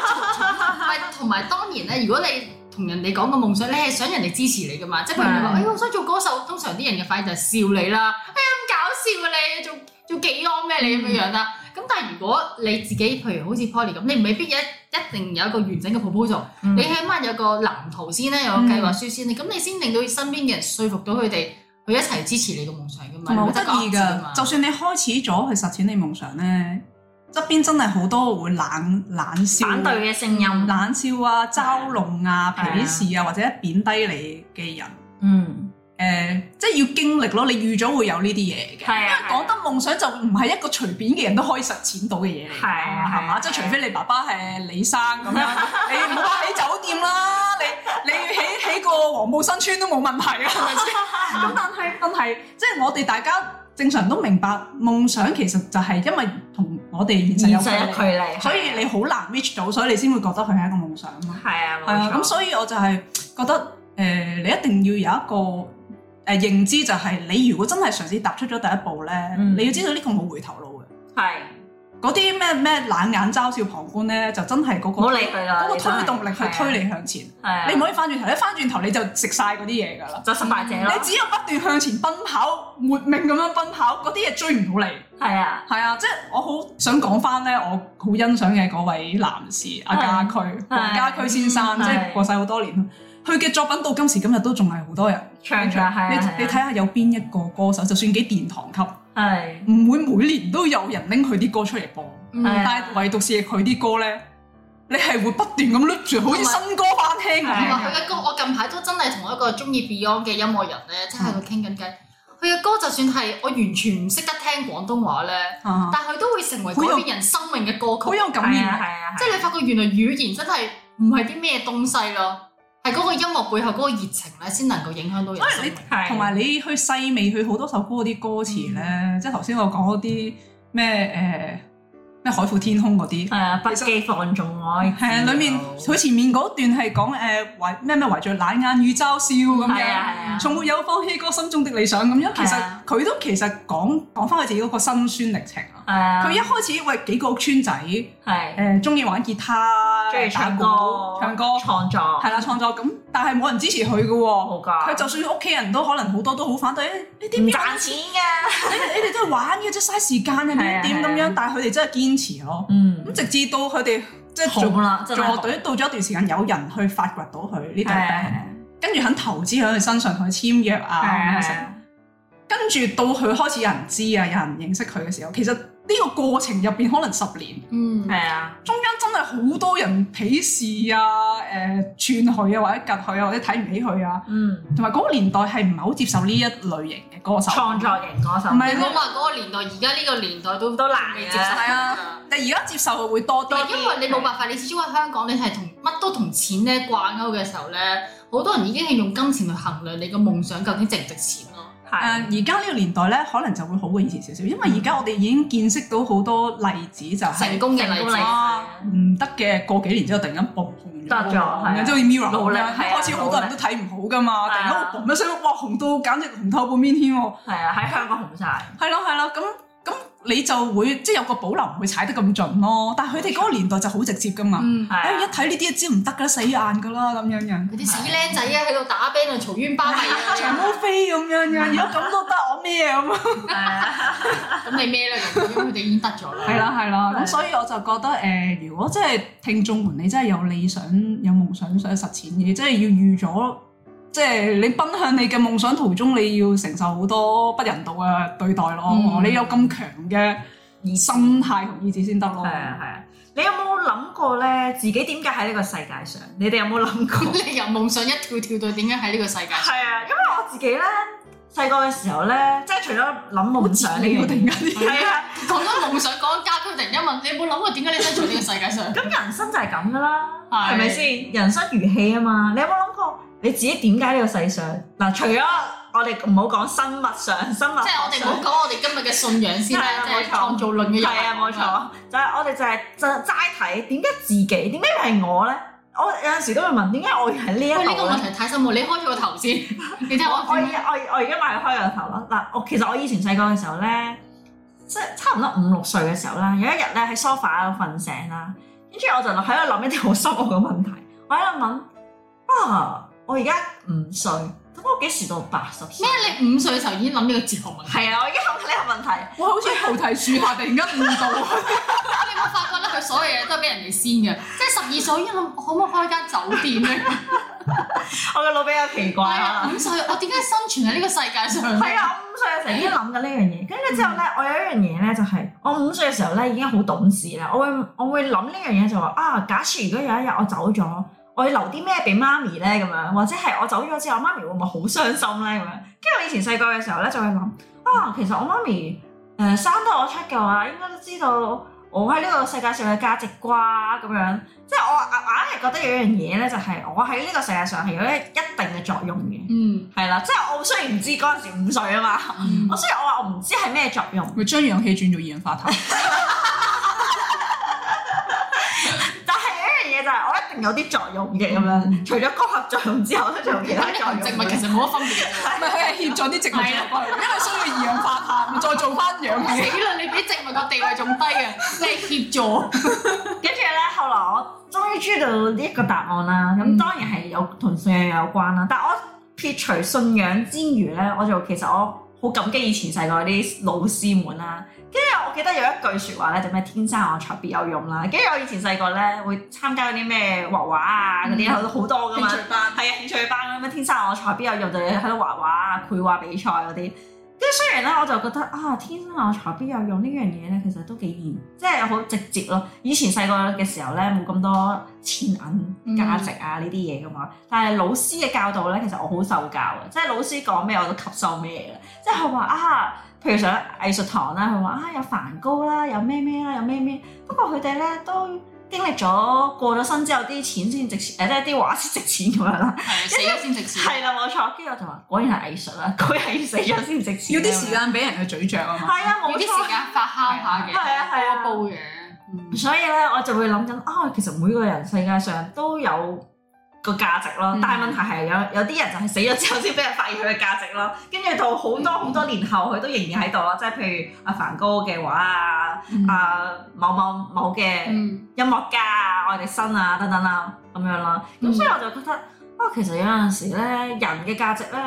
[SPEAKER 1] 唔係同埋當然咧，如果你同人哋講個夢想，你係想人哋支持你噶
[SPEAKER 4] 嗯
[SPEAKER 1] 嘛？即係譬如你話，
[SPEAKER 3] 係
[SPEAKER 1] 哎呀，我想做歌手，通常啲人嘅反應就係笑你啦，哎呀咁搞笑啊你，做做幾安咩你咁樣樣啦。咁但係如果你自己譬如好似 Poly 咁，你未必一一定有一個完整嘅 proposal，
[SPEAKER 3] 嗯
[SPEAKER 1] 你起碼有個藍圖先咧，有個
[SPEAKER 4] 嗯
[SPEAKER 1] 計劃書先咧，咁你先令到身邊嘅人說服到佢哋，去一齊支持你嘅夢想噶嘛，
[SPEAKER 4] 同埋好
[SPEAKER 1] 你咪
[SPEAKER 4] 得
[SPEAKER 1] 個
[SPEAKER 4] 意
[SPEAKER 1] 字㗎嘛
[SPEAKER 4] 㗎。就算你開始咗去實踐你夢想咧，側邊真係好多會冷冷笑、
[SPEAKER 3] 反對嘅聲音，
[SPEAKER 4] 冷笑啊、嘲弄啊、
[SPEAKER 3] 係啊
[SPEAKER 4] 鄙視啊或者貶低你嘅人。
[SPEAKER 3] 嗯，
[SPEAKER 4] 誒、即係要經歷咯，你預咗會有呢啲嘢嘅。
[SPEAKER 3] 係啊
[SPEAKER 4] 因為講得夢想就唔係一個隨便嘅人都可以實踐到嘅嘢嚟㗎，
[SPEAKER 3] 係啊係啊
[SPEAKER 4] 係嘛？即係除非你爸爸係李生咁 樣，你唔好話起酒店啦，你你 起起個黃埔新村都冇問題啊，係咪先？咁但係問題即係我哋大家正常都明白夢想其實就係因為同我哋現實有距
[SPEAKER 3] 現實有距
[SPEAKER 4] 離，
[SPEAKER 3] 離，
[SPEAKER 4] 所以你好難 reach 到，所以你先會覺得佢係一個夢想啊嘛。
[SPEAKER 3] 係啊，
[SPEAKER 4] 係啊，
[SPEAKER 3] 冇
[SPEAKER 4] 咁
[SPEAKER 3] 錯。
[SPEAKER 4] 所以我就係覺得誒、呃你一定要有一個誒、呃、認知，就係你如果真係嘗試踏出咗第一步咧，
[SPEAKER 3] 嗯
[SPEAKER 4] 你要知道呢個冇回頭路嘅。
[SPEAKER 3] 係
[SPEAKER 4] 嗰啲咩咩冷眼嘲笑旁觀咧，就真係嗰、
[SPEAKER 3] 唔好
[SPEAKER 4] 個
[SPEAKER 3] 理佢啦，
[SPEAKER 4] 嗰個
[SPEAKER 3] 你真係
[SPEAKER 4] 推動力去推，你向前。
[SPEAKER 3] 係啊
[SPEAKER 4] 你唔可以翻轉頭，你翻轉頭你就食晒嗰啲嘢㗎啦。
[SPEAKER 3] 就失敗者
[SPEAKER 4] 你
[SPEAKER 3] 咯，
[SPEAKER 4] 只有不斷向前奔跑，活命咁樣奔跑，嗰啲嘢追唔到你。
[SPEAKER 3] 係啊，
[SPEAKER 4] 係啊，即係我好想講翻咧，我好欣賞嘅嗰位男士阿家駒，黃家駒先生，
[SPEAKER 3] 係
[SPEAKER 4] 即係過世好多年，佢嘅作品到今時今日都仲係好多人
[SPEAKER 3] 唱㗎，係啊，
[SPEAKER 4] 你
[SPEAKER 3] 係啊
[SPEAKER 4] 你睇下有邊一個歌手，就算幾殿堂級，
[SPEAKER 3] 係啊
[SPEAKER 4] 唔會每年都有人拎佢啲歌出嚟播，
[SPEAKER 3] 係
[SPEAKER 1] 嗯，
[SPEAKER 4] 但係唯獨是佢啲歌咧，你係會不斷咁 loop 住，好似新歌翻聽
[SPEAKER 1] 同埋
[SPEAKER 4] 咁。啊
[SPEAKER 1] 佢嘅歌，我近排都真係同一個中意 Beyond 嘅音樂人咧，真係喺度傾緊偈。佢嘅歌就算係我完全唔識得聽廣東話咧，
[SPEAKER 4] 啊
[SPEAKER 1] 但佢都會成為改變人生命嘅歌
[SPEAKER 4] 好
[SPEAKER 1] 曲。
[SPEAKER 4] 有感
[SPEAKER 3] 係啊，
[SPEAKER 4] 染力，
[SPEAKER 3] 係啊，
[SPEAKER 1] 即係你發覺原來語言真係唔係啲咩東西咯，係嗰個音樂背後嗰個熱情咧，先能夠影響到人生
[SPEAKER 4] 所以
[SPEAKER 1] 命
[SPEAKER 4] 你。
[SPEAKER 3] 係
[SPEAKER 4] 同埋你去細味佢好多首歌嗰啲歌詞咧，
[SPEAKER 3] 嗯
[SPEAKER 4] 即係頭先我講嗰啲咩誒咩海闊天空嗰啲，
[SPEAKER 3] 係啊，不羈放縱我，
[SPEAKER 4] 係啊，裡面佢前面嗰段係講誒懷咩咩懷著冷眼與嘲笑咁
[SPEAKER 3] 係啊係啊
[SPEAKER 4] 樣，從沒有放棄過心中的理想咁樣。其實
[SPEAKER 3] 係啊
[SPEAKER 4] 佢都其實講講翻佢自己嗰個辛酸歷程啊。
[SPEAKER 3] 係啊，
[SPEAKER 4] 佢一開始喂幾個屋村仔
[SPEAKER 3] 係
[SPEAKER 4] 誒中意玩吉他、
[SPEAKER 3] 中意
[SPEAKER 4] 打
[SPEAKER 3] 唱
[SPEAKER 4] 鼓
[SPEAKER 3] 歌、
[SPEAKER 4] 唱歌。
[SPEAKER 3] 創作，
[SPEAKER 4] 係啦，創作咁，但係冇人支持佢嘅
[SPEAKER 3] 冇
[SPEAKER 4] 喎。
[SPEAKER 3] 㗎
[SPEAKER 4] 佢就算屋企人都可能好多都好反對，誒呢啲
[SPEAKER 3] 啊唔
[SPEAKER 4] 咩
[SPEAKER 3] 賺錢㗎，
[SPEAKER 4] 你哋你哋都係玩嘅啫，嘥時間嘅
[SPEAKER 3] 係啊
[SPEAKER 4] 點點
[SPEAKER 3] 係
[SPEAKER 4] 咁
[SPEAKER 3] 啊
[SPEAKER 4] 樣，但係佢哋真係堅持咯。
[SPEAKER 3] 嗯
[SPEAKER 4] 咁，直至到佢哋即係
[SPEAKER 3] 紅
[SPEAKER 4] 做
[SPEAKER 3] 啦，真
[SPEAKER 4] 做
[SPEAKER 3] 係
[SPEAKER 4] 樂
[SPEAKER 3] 紅，
[SPEAKER 4] 隊到咗一段時間，有人去發掘到佢呢隊
[SPEAKER 3] 係啊
[SPEAKER 4] band，跟住肯投資喺佢身上，同佢簽約
[SPEAKER 3] 係啊
[SPEAKER 4] 啊咁樣
[SPEAKER 3] 係
[SPEAKER 4] 成
[SPEAKER 3] 啊，
[SPEAKER 4] 跟住到佢開始有人知啊，有人認識佢嘅時候，其實呢個過程入邊可能十年，
[SPEAKER 1] 嗯，
[SPEAKER 3] 係啊，
[SPEAKER 4] 中間真係好多人鄙視啊、誒、串佢啊，或者夾佢啊，或者睇唔起佢啊，
[SPEAKER 3] 嗯，
[SPEAKER 4] 同埋嗰個年代係唔係好接受呢一類型嘅歌手，
[SPEAKER 3] 創作型歌手，
[SPEAKER 4] 唔係
[SPEAKER 1] 你冇話嗰個年代，而家呢個年代都
[SPEAKER 3] 都難
[SPEAKER 1] 未
[SPEAKER 3] 嘅
[SPEAKER 1] 接受
[SPEAKER 4] 係啊，但而家接受會多啲。
[SPEAKER 1] 因為你冇辦法，你始終喺香港，你係同乜都同錢咧掛鈎嘅時候咧，好多人已經係用金錢去衡量你嘅夢想究竟值唔值錢咯。
[SPEAKER 4] 誒
[SPEAKER 3] 係
[SPEAKER 4] 而家呢個年代咧，可能就會好過以前少少，因為而家我哋已經見識到好多例子，就係
[SPEAKER 1] 成功嘅
[SPEAKER 3] 成
[SPEAKER 1] 例
[SPEAKER 3] 功
[SPEAKER 1] 子
[SPEAKER 3] 例子，
[SPEAKER 4] 啊唔得嘅過幾年之後突然間爆紅
[SPEAKER 3] 得咗
[SPEAKER 4] 咗喎，
[SPEAKER 3] 係啊
[SPEAKER 4] 即係好似 Mirror
[SPEAKER 3] 努
[SPEAKER 4] 咁
[SPEAKER 3] 力
[SPEAKER 4] 樣，
[SPEAKER 3] 係啊
[SPEAKER 4] 開始好多人都睇唔好噶嘛，
[SPEAKER 3] 努力
[SPEAKER 4] 突然
[SPEAKER 3] 係
[SPEAKER 4] 間
[SPEAKER 3] 啊
[SPEAKER 4] 嘣一聲，哇紅到簡直紅透半邊天喎，
[SPEAKER 3] 係啊，喺香港紅晒，
[SPEAKER 4] 係咯係咯，咁咁你就會即係有個保留，唔會踩得咁盡咯。但係佢哋嗰個年代就好直接噶嘛，
[SPEAKER 1] 嗯，
[SPEAKER 3] 係
[SPEAKER 4] 哎一
[SPEAKER 3] 啊，
[SPEAKER 4] 睇呢啲就知唔得噶啦，死硬噶啦咁樣樣。
[SPEAKER 1] 嗰啲死僆仔啊喺度打 band 啊，嘈冤巴閉啊，
[SPEAKER 4] 長毛飛咁樣樣，如果咁都得，我咩啊咁啊？
[SPEAKER 3] 係啊
[SPEAKER 1] 咁你咩咧？咁因為佢哋已經得咗啦。
[SPEAKER 4] 係啦係啦，
[SPEAKER 3] 係
[SPEAKER 4] 咁所以我就覺得誒、呃如果真係聽眾們，你真係有理想、有夢想想實踐嘅，真係要預咗，即係你奔向你嘅夢想途中，你要承受好多不人道嘅對待咯。
[SPEAKER 1] 嗯
[SPEAKER 4] 你有咁強嘅心態同意志先得咯。
[SPEAKER 3] 係啊係啊，你有冇諗過咧？自己點解喺呢個世界上？你哋有冇諗 過？
[SPEAKER 1] 你由夢想一跳跳到點解喺呢個世界上？
[SPEAKER 3] 係啊，因為我自己咧細個嘅時候咧，即係除咗諗夢想呢
[SPEAKER 4] 你要
[SPEAKER 3] 樣
[SPEAKER 4] 突然
[SPEAKER 3] 嘢，
[SPEAKER 4] 間啲
[SPEAKER 3] 係啊，
[SPEAKER 1] 講緊夢想，講緊家居，突然間問你有冇諗過點解你生存喺呢個 世界上？
[SPEAKER 3] 咁人生就係咁噶啦，
[SPEAKER 1] 係
[SPEAKER 3] 係咪先？人生如戲啊嘛，你有冇諗過你自己點解呢個世上嗱？除咗我哋唔好講生物上，生物
[SPEAKER 1] 即係我哋唔好講我哋今日嘅信仰先
[SPEAKER 3] 係
[SPEAKER 1] 啦，
[SPEAKER 3] 啊
[SPEAKER 1] 即係
[SPEAKER 3] 冇錯
[SPEAKER 1] 創造論
[SPEAKER 3] 係
[SPEAKER 1] 嘅人。
[SPEAKER 3] 啊，冇錯，就係我哋就係就齋睇點解自己，點解係我咧？我有陣時都會問點解我係呢一
[SPEAKER 1] 喂，呢個
[SPEAKER 3] 度
[SPEAKER 1] 問
[SPEAKER 3] 咧？
[SPEAKER 1] 題太深喎，你開咗個頭先，你睇
[SPEAKER 3] 我
[SPEAKER 1] 我
[SPEAKER 3] 我而我而我而家咪開個頭咯嗱，我其實我以前細個嘅時候咧，即係差唔多五六歲嘅時候啦，有一日咧喺 sofa 度瞓醒啦，跟住我就喺度諗一啲好深奧嘅問題，我喺度諗啊，我而家五歲，咁我幾時到八十歲？
[SPEAKER 1] 咩？你五歲嘅時候已經諗呢個哲學問題，
[SPEAKER 3] 係啊，我而家諗緊呢個問題。
[SPEAKER 4] 哇，好似菩提樹下突然間悟到，
[SPEAKER 1] 你有冇發覺咧？佢所有嘢都係俾人哋先嘅，即係十二歲已經諗可唔可以開間酒店咧？
[SPEAKER 3] 我嘅腦比較奇怪
[SPEAKER 1] 係
[SPEAKER 3] 啊
[SPEAKER 1] 啊，。五歲我點解生存喺呢個世界上？
[SPEAKER 3] 係啊，我五歲嘅時候已經諗緊呢樣嘢，跟住之後咧，我有一樣嘢咧就係、我五歲嘅時候咧已經好懂事啦，我會我會諗呢樣嘢就話啊，假設如果有一日我走咗，我要留啲咩俾媽咪咧咁樣，或者係我走咗之後，媽咪會唔會好傷心咧咁樣？跟住我以前細個嘅時候咧就會諗啊，其實我媽咪誒、呃生得我出嘅話，應該都知道我喺呢個世界上嘅價值啩咁樣，即係我硬係覺啊得有一樣嘢咧，就係我喺呢個世界上係有一一定嘅作用嘅，
[SPEAKER 1] 嗯，
[SPEAKER 3] 係啦，即係我雖然唔知嗰陣時五歲啊嘛，我雖然我話我唔知係咩作用，
[SPEAKER 4] 佢將氧氣轉做二氧化碳，
[SPEAKER 3] 但係有一樣嘢就係我一定有啲作用嘅咁樣，除咗光合作用之後咧，仲有其他作
[SPEAKER 1] 同
[SPEAKER 3] 用
[SPEAKER 1] 植嗯物
[SPEAKER 3] 嘅
[SPEAKER 1] 其實冇乜分別嘅。
[SPEAKER 4] 唔係佢係協助啲植物
[SPEAKER 1] 係啊
[SPEAKER 4] 做過去，因為需要二氧化碳，咪再做翻氧
[SPEAKER 3] 啊
[SPEAKER 4] 氣。
[SPEAKER 1] 死啦！你比植物個地位仲低啊！你係協助，
[SPEAKER 3] 跟住咧，後來我終於知道呢一個答案啦。咁
[SPEAKER 1] 嗯
[SPEAKER 3] 當然係有同信仰有關啦。但係我撇除信仰之餘咧，我就其實我好感激以前細個啲老師們啦。跟住我記得有一句説話咧，就咩天生我材必有用啦。跟住我以前細個咧會參加嗰啲咩畫畫啊嗰
[SPEAKER 1] 嗯
[SPEAKER 3] 啲好好多噶嘛。
[SPEAKER 4] 班
[SPEAKER 3] 係啊，興趣班咁樣，天生我材必有用，就係喺度畫畫啊、繪畫比賽嗰啲。跟住雖然咧，我就覺得啊，天生我材必有用呢樣嘢咧，其實都幾易，即係好直接咯。以前細個嘅時候咧，冇咁多錢銀價值啊呢啲嘢噶嘛。但係老師嘅教導咧，其實我好受教嘅，即係老師講咩我都吸收咩嘅。即係佢話啊，譬如上藝術堂啦，佢話啊有梵高啦，有咩咩啦，有咩咩。不過佢哋咧都經歷咗過咗身之後，啲錢先值 錢，誒即係啲畫先值錢咁樣 啦。
[SPEAKER 1] 係啊死咗先值錢。
[SPEAKER 3] 係啦，冇錯。跟住我就話，果然係藝術啦，佢係要死咗先值錢。啊
[SPEAKER 4] 要啲時。間俾人去咀嚼啊嘛。
[SPEAKER 3] 係啊，冇
[SPEAKER 1] 要啲時
[SPEAKER 3] 錯。
[SPEAKER 1] 間發酵下嘅，
[SPEAKER 3] 係啊係啊
[SPEAKER 1] 煲嘅。嗯
[SPEAKER 3] 所以咧，我就會諗緊啊，其實每個人世界上都有個價值咯。
[SPEAKER 4] 嗯
[SPEAKER 3] 但係問題係有有啲人就係死咗之後先俾人發現佢嘅價值咯。跟住到好多好多年後，佢都仍然喺度咯。即係譬如阿梵高嘅畫啊，啊某某某嘅。
[SPEAKER 1] 嗯，
[SPEAKER 3] 音樂家啊、愛迪生啊等等啦、咁樣啦。咁
[SPEAKER 1] 嗯
[SPEAKER 3] 所以我就覺得，啊，其實有陣時咧，人嘅價值咧，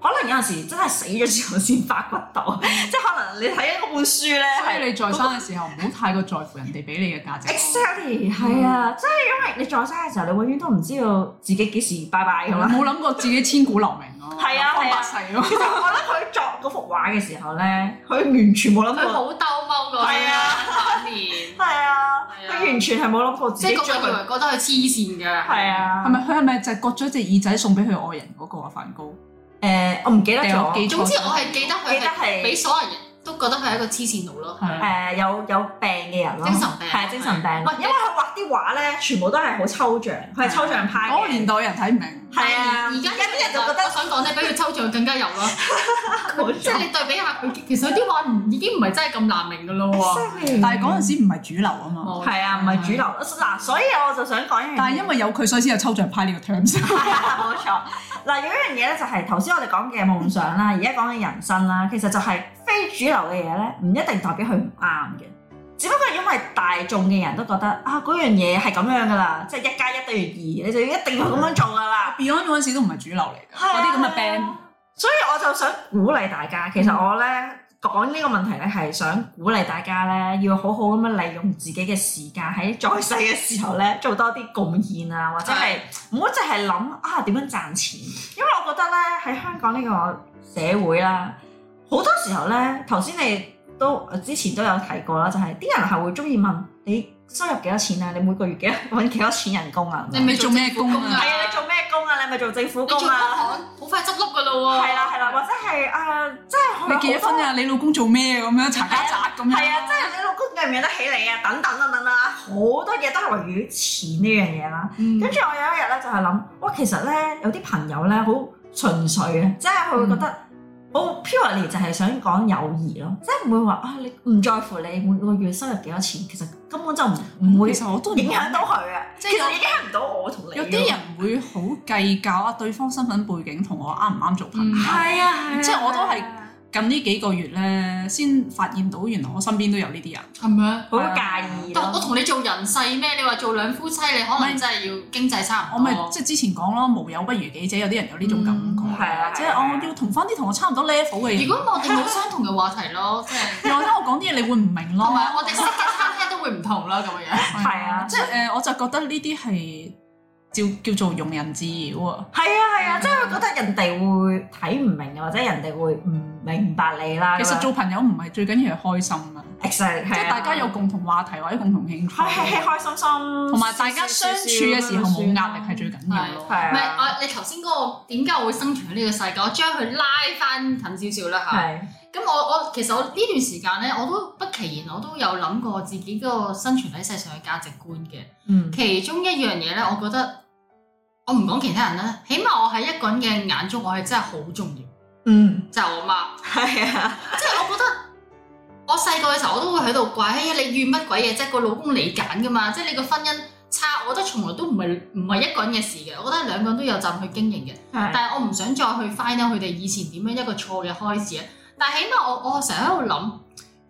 [SPEAKER 3] 可能有陣時真係死咗之後先發掘到，即係可能你睇一本書咧，
[SPEAKER 4] 所以
[SPEAKER 3] 係
[SPEAKER 4] 你在生嘅時候唔好太過在乎人哋俾你嘅價值。
[SPEAKER 3] exactly 係啊，即係因為你在生嘅時候，你永遠都唔知道自己幾時拜拜咁啦。
[SPEAKER 4] 冇諗過自己千古留名咯，
[SPEAKER 3] 係啊係啊
[SPEAKER 4] 流芳百世咯。
[SPEAKER 3] 其實我覺得佢作嗰幅畫嘅時候咧，佢完全冇諗
[SPEAKER 1] 佢
[SPEAKER 3] 過，
[SPEAKER 1] 好兜踎個
[SPEAKER 3] 嗯係啊
[SPEAKER 1] 晚年，
[SPEAKER 3] 係啊，
[SPEAKER 1] 係啊
[SPEAKER 3] 佢完全係冇諗過自
[SPEAKER 1] 即
[SPEAKER 3] 己
[SPEAKER 1] 係啊
[SPEAKER 3] 將
[SPEAKER 1] 個個以為
[SPEAKER 3] 佢
[SPEAKER 1] 覺得佢黐線㗎。
[SPEAKER 3] 係啊，
[SPEAKER 4] 係咪佢係咪就係割咗隻耳仔送俾佢愛人嗰個啊？梵高
[SPEAKER 3] 誒，我唔記得
[SPEAKER 4] 掉
[SPEAKER 3] 咗，
[SPEAKER 4] 記
[SPEAKER 3] 記
[SPEAKER 1] 總之我係記得佢
[SPEAKER 3] 得
[SPEAKER 1] 係
[SPEAKER 3] 係
[SPEAKER 1] 俾所有人都覺得佢係一個黐線佬咯。
[SPEAKER 4] 係啊
[SPEAKER 3] 誒有有病嘅人咯，
[SPEAKER 1] 精神病
[SPEAKER 3] 係啊精神病咯
[SPEAKER 1] 喂。
[SPEAKER 3] 因為佢畫啲畫咧，全部都係好抽象，佢係抽象派嘅。
[SPEAKER 4] 嗰個年代人睇唔明，
[SPEAKER 3] 係啊，
[SPEAKER 1] 而家
[SPEAKER 3] 啲人
[SPEAKER 1] 啲人
[SPEAKER 3] 就
[SPEAKER 1] 就
[SPEAKER 3] 覺
[SPEAKER 1] 覺
[SPEAKER 3] 得
[SPEAKER 1] 得我想講咧，比佢抽象更加有咯。
[SPEAKER 3] 冇
[SPEAKER 1] 即係你對比下佢，其實有啲話唔已經唔係真係咁難明㗎咯喎。
[SPEAKER 3] 錯，
[SPEAKER 4] 但係嗰陣時唔係主流啊嘛。
[SPEAKER 1] 冇
[SPEAKER 3] 係啊，唔係主流嗱，所以我就想講一樣嘢。
[SPEAKER 4] 但係因為有佢，所以先有抽象派呢個 terms。
[SPEAKER 3] 係啊，冇錯。嗱，有一樣嘢咧，就係頭先我哋講嘅夢想 啦，而家講嘅人生啦，其實就係非主流嘅嘢咧，唔一定代表佢唔啱嘅。只不過係因為大眾嘅人都覺得啊，嗰樣嘢係咁樣噶啦，即係一加一等於二，你就要一定要咁樣做噶啦。
[SPEAKER 4] Beyond 嗰陣時都唔係主流嚟㗎，
[SPEAKER 3] 係啊
[SPEAKER 4] 嗰啲咁嘅 band。
[SPEAKER 3] 所以我就想鼓勵大家，其實我咧講呢個問題咧，係想鼓勵大家咧，要好好咁樣利用自己嘅時間喺在世嘅時候咧， 做多啲貢獻啊，或者係唔好淨係諗啊點樣賺錢，因為我覺得咧喺香港呢個社會啦，好多時候咧，頭先你都呃之前都有提過啦，就係、啲人係會中意問你收入幾多錢啊，你每個月幾多揾幾多錢人工啊？咁樣
[SPEAKER 1] 你咪
[SPEAKER 4] 你做咩工啊
[SPEAKER 1] 政府
[SPEAKER 3] 係啊，你做咩工啊？你咪做政府
[SPEAKER 1] 嗯你做
[SPEAKER 3] 工
[SPEAKER 1] 嗰
[SPEAKER 3] 啊？
[SPEAKER 1] 行好快執笠㗎咯喎。
[SPEAKER 3] 係啦係啦，或者係啊，即係
[SPEAKER 4] 哦你結咗婚啊？你老公做咩咁樣？查家宅咁樣。
[SPEAKER 3] 係啊，即係你老公養唔養得起你啊？等等等等啦，好多嘢都係圍繞錢呢樣嘢啦。
[SPEAKER 1] 嗯
[SPEAKER 3] 跟住我有一日咧就係諗，哇，其實咧有啲朋友咧好純粹嘅，即係佢會覺
[SPEAKER 4] 嗯
[SPEAKER 3] 得好 purely 就係想講友誼咯，即係唔會話啊你唔在乎你每個月收入幾多錢，其實根本就唔唔會
[SPEAKER 4] 嗯其實我都唔
[SPEAKER 3] 影響到佢啊，
[SPEAKER 4] 即
[SPEAKER 3] 即
[SPEAKER 4] 係
[SPEAKER 3] 係其實影響唔到我同你。啊
[SPEAKER 4] 有啲人會好計較啊，對方身份背景同我啱唔啱做朋友。
[SPEAKER 1] 嗯
[SPEAKER 3] 係啊，
[SPEAKER 4] 即係我都係近呢幾個月咧，先發現到原來我身邊都有呢啲人。
[SPEAKER 1] 係咪？
[SPEAKER 3] 好介意
[SPEAKER 1] 但我
[SPEAKER 3] 咯。
[SPEAKER 1] 同你做人世咩？你話做兩夫妻，你可能真係要經濟
[SPEAKER 3] 哦
[SPEAKER 1] 差
[SPEAKER 4] 我
[SPEAKER 1] 唔
[SPEAKER 4] 咪
[SPEAKER 1] 多。
[SPEAKER 4] 即係之前講咯，無友不如己者，有啲人有呢種感
[SPEAKER 1] 嗯
[SPEAKER 4] 覺。
[SPEAKER 3] 係啊
[SPEAKER 4] 即
[SPEAKER 3] 係啊
[SPEAKER 4] 係我要同翻啲同我差唔多 level 嘅人。
[SPEAKER 1] 如果我哋冇相同嘅話題咯，即係
[SPEAKER 4] 又或者我講啲嘢，你會唔明咯。
[SPEAKER 1] 同埋我哋識嘅餐廳都會唔同啦，咁樣。
[SPEAKER 3] 係啊
[SPEAKER 4] 即係誒，呃我就覺得呢啲係叫叫做庸人自擾啊。
[SPEAKER 3] 係啊係啊，即係會覺得人哋會睇唔明，或者人哋會唔明白你啦。
[SPEAKER 4] 其實做朋友唔係最緊要係開心啊，
[SPEAKER 3] exactly
[SPEAKER 4] 即係大家有共同話題或者共同興
[SPEAKER 3] 係係係啊
[SPEAKER 4] 趣，
[SPEAKER 3] 開心心，
[SPEAKER 4] 同
[SPEAKER 3] 同
[SPEAKER 4] 埋大家相處嘅時候冇壓力係最緊要咯。
[SPEAKER 3] 係
[SPEAKER 1] 唔係
[SPEAKER 3] 啊，
[SPEAKER 1] 我你頭先嗰個點解我會生存喺呢個世界？我將佢拉翻近少少啦嚇。
[SPEAKER 3] 係
[SPEAKER 1] 咁我我其實我呢段時間咧，我都不其然，我都有諗過自己嗰個生存喺世上嘅價值觀嘅。
[SPEAKER 3] 嗯
[SPEAKER 1] 其中一樣嘢咧，我覺得我唔講其他人啦，起碼我喺一個人嘅眼中，我係真係好重要，
[SPEAKER 3] 嗯
[SPEAKER 1] 就係我媽。
[SPEAKER 3] 係啊，
[SPEAKER 1] 即係我覺得 我細個嘅時候，我都會喺度怪，哎呀你怨乜鬼嘢啫？個老公你揀噶嘛，即係你個婚姻差，我覺得從來都唔係唔係一個人嘅事嘅，我覺得兩個人都有責任去經營嘅。
[SPEAKER 3] 係
[SPEAKER 1] 但係我唔想再去 find out 佢哋以前點樣一個錯嘅開始啊！但係起碼我我成日喺度諗，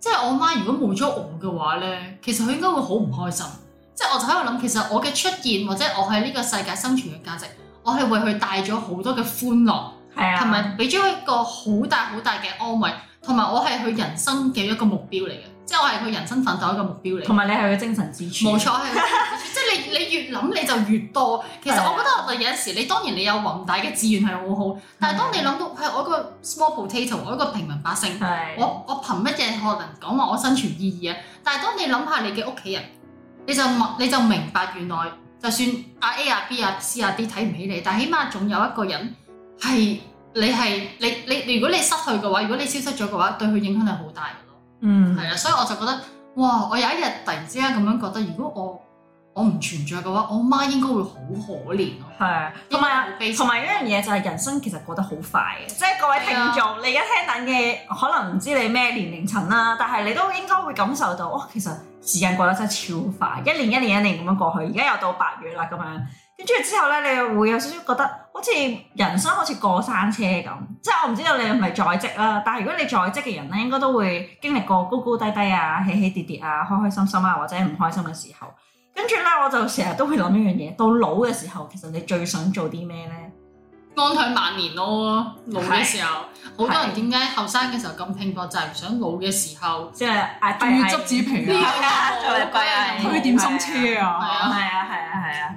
[SPEAKER 1] 即係我媽如果冇咗我嘅話咧，其實佢應該會好唔開心。即係我就喺度諗，其實我嘅出現或者我喺呢個世界生存嘅價值，我係為佢帶咗好多嘅歡樂，
[SPEAKER 3] 係啊，
[SPEAKER 1] 同埋俾咗一個好大好大嘅安慰，同埋我係佢人生嘅一個目標嚟嘅，即係我係佢人生奮鬥一個目標嚟嘅
[SPEAKER 3] 同。埋你係佢精神支柱。
[SPEAKER 1] 冇錯，係即係你你越諗你就越多。其實
[SPEAKER 3] 係啊嗯
[SPEAKER 1] 我覺得我哋有陣時，你當然你有宏大嘅志願係好好，但係當你諗到係我一個 small potato，我一個平民百姓，
[SPEAKER 3] 係
[SPEAKER 1] 我我憑乜嘢可能講話我生存意義啊？但係當你諗下你嘅屋企人，你就明你就明白原來就算阿 A 啊 B 啊 C 啊 D 睇唔起你，但起碼仲有一個人係你係你你你，如果你失去嘅話，如果你消失咗嘅話，對佢影響係好大嘅咯。
[SPEAKER 3] 嗯
[SPEAKER 1] 係啦，啊所以我就覺得，哇！我有一日突然之間咁樣覺得，如果我我唔存在嘅話，我媽應該會好可憐咯。
[SPEAKER 3] 係，啊同
[SPEAKER 1] 應該
[SPEAKER 3] 埋
[SPEAKER 1] 好悲
[SPEAKER 3] 同
[SPEAKER 1] 慘。
[SPEAKER 3] 埋一樣嘢就係人生其實過得好快嘅，即係各位聽眾，你而家聽緊嘅可能唔知你咩年齡層啦，但係你都應該會感受到，哦哇，其實時間過得真係超快，一年一年一年咁樣過去，而家又到八月啦咁樣，跟住之後咧，你會有少少覺得好似人生好似過山車咁，即係我唔知道你係咪在職啦，但係如果你在職嘅人咧，應該都會經歷過高高低低啊、起起跌跌啊、開開心心啊或者唔開心嘅時候。跟住咧，我就成日都會諗一樣嘢，到老嘅時候，其實你最想做啲咩咧？
[SPEAKER 1] 安享晚年咯，老嘅時候，好多
[SPEAKER 3] 係
[SPEAKER 1] 人點解後生嘅時候咁拼搏，就係唔想老嘅時候
[SPEAKER 3] 即係嗌
[SPEAKER 4] 仲要執紙皮
[SPEAKER 1] 呢
[SPEAKER 4] 啊，
[SPEAKER 1] 樣啊
[SPEAKER 3] 做乜鬼啊
[SPEAKER 4] 推點心車
[SPEAKER 1] 係
[SPEAKER 4] 啊，
[SPEAKER 1] 啊，
[SPEAKER 3] 係啊，係啊，係啊。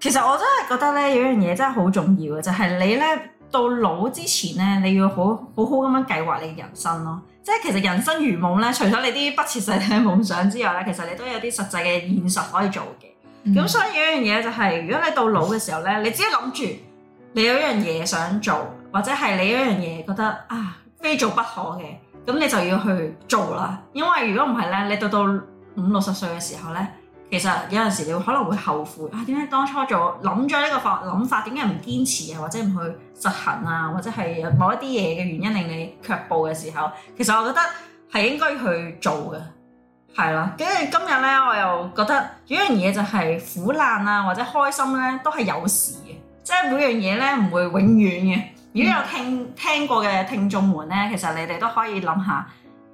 [SPEAKER 3] 其實我真係覺得咧，有樣嘢真係好重要嘅，就係、你咧到老之前咧，你要好好好咁樣計劃你嘅人生咯。即係其實人生如夢咧，除咗你啲不切實際嘅夢想之外咧，其實你都有啲實際嘅現實可以做嘅。
[SPEAKER 4] 嗯
[SPEAKER 3] 咁、所以有一樣嘢就係、如果你到老嘅時候咧，你只係諗住你有一樣嘢想做，或者係你有一樣嘢覺得啊非做不可嘅，咁你就要去做啦。因為如果唔係咧，你到到五六十歲嘅時候咧，其實有陣時你會可能會後悔啊，點解當初做諗咗呢個法諗法，點解唔堅持啊，或者唔去實行啊，或者係有某一啲嘢嘅原因令你卻步嘅時候，其實我覺得係應該去做嘅。係啦，跟住今日咧，我又覺得有一樣嘢就係苦難啊，或者開心咧，都係有時嘅，即係每樣嘢咧唔會永遠嘅。如果有聽聽過嘅聽眾們咧，其實你哋都可以諗下，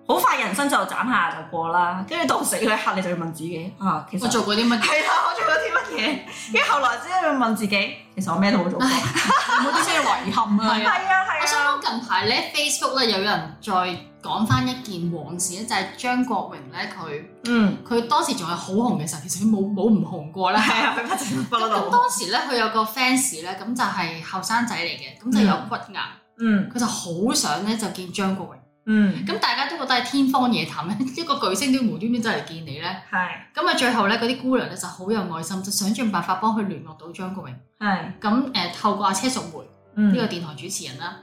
[SPEAKER 3] 好快人生就斬下就過啦。跟住到死嗰一刻，你就要問自己啊，其實
[SPEAKER 1] 我做過啲乜嘢？
[SPEAKER 3] 係啦，我做咗啲乜嘢？跟住後來之後要問自己，其實我咩都冇做過。 係
[SPEAKER 4] 有冇啲咩遺憾啊？
[SPEAKER 1] 係
[SPEAKER 3] 啊，
[SPEAKER 1] 啊我
[SPEAKER 3] 係啊，
[SPEAKER 1] 想講近排咧，Facebook 咧有人再講翻一件往事咧，就係張國榮咧，佢
[SPEAKER 3] 嗯，
[SPEAKER 1] 佢當時仲係好紅嘅時候，其實佢冇冇唔紅過啦。
[SPEAKER 3] 係啊，佢不停不嬲
[SPEAKER 1] 咁
[SPEAKER 3] 都，
[SPEAKER 1] 當時咧，佢有個 fans 咧，咁就係後生仔嚟嘅，咁就有骨癌，
[SPEAKER 3] 嗯
[SPEAKER 1] 佢就好想咧就見張國榮。
[SPEAKER 3] 嗯，
[SPEAKER 1] 咁大家都覺得係天方夜譚咧， 一個巨星都無端端走嚟見你咧。
[SPEAKER 3] 係
[SPEAKER 1] 咁啊，最後咧嗰啲姑娘咧就好有愛心，就想盡辦法幫佢聯絡到張國榮。
[SPEAKER 3] 係，
[SPEAKER 1] 咁誒、呃透過阿車淑梅
[SPEAKER 3] 嗯
[SPEAKER 1] 呢個電台主持人啦，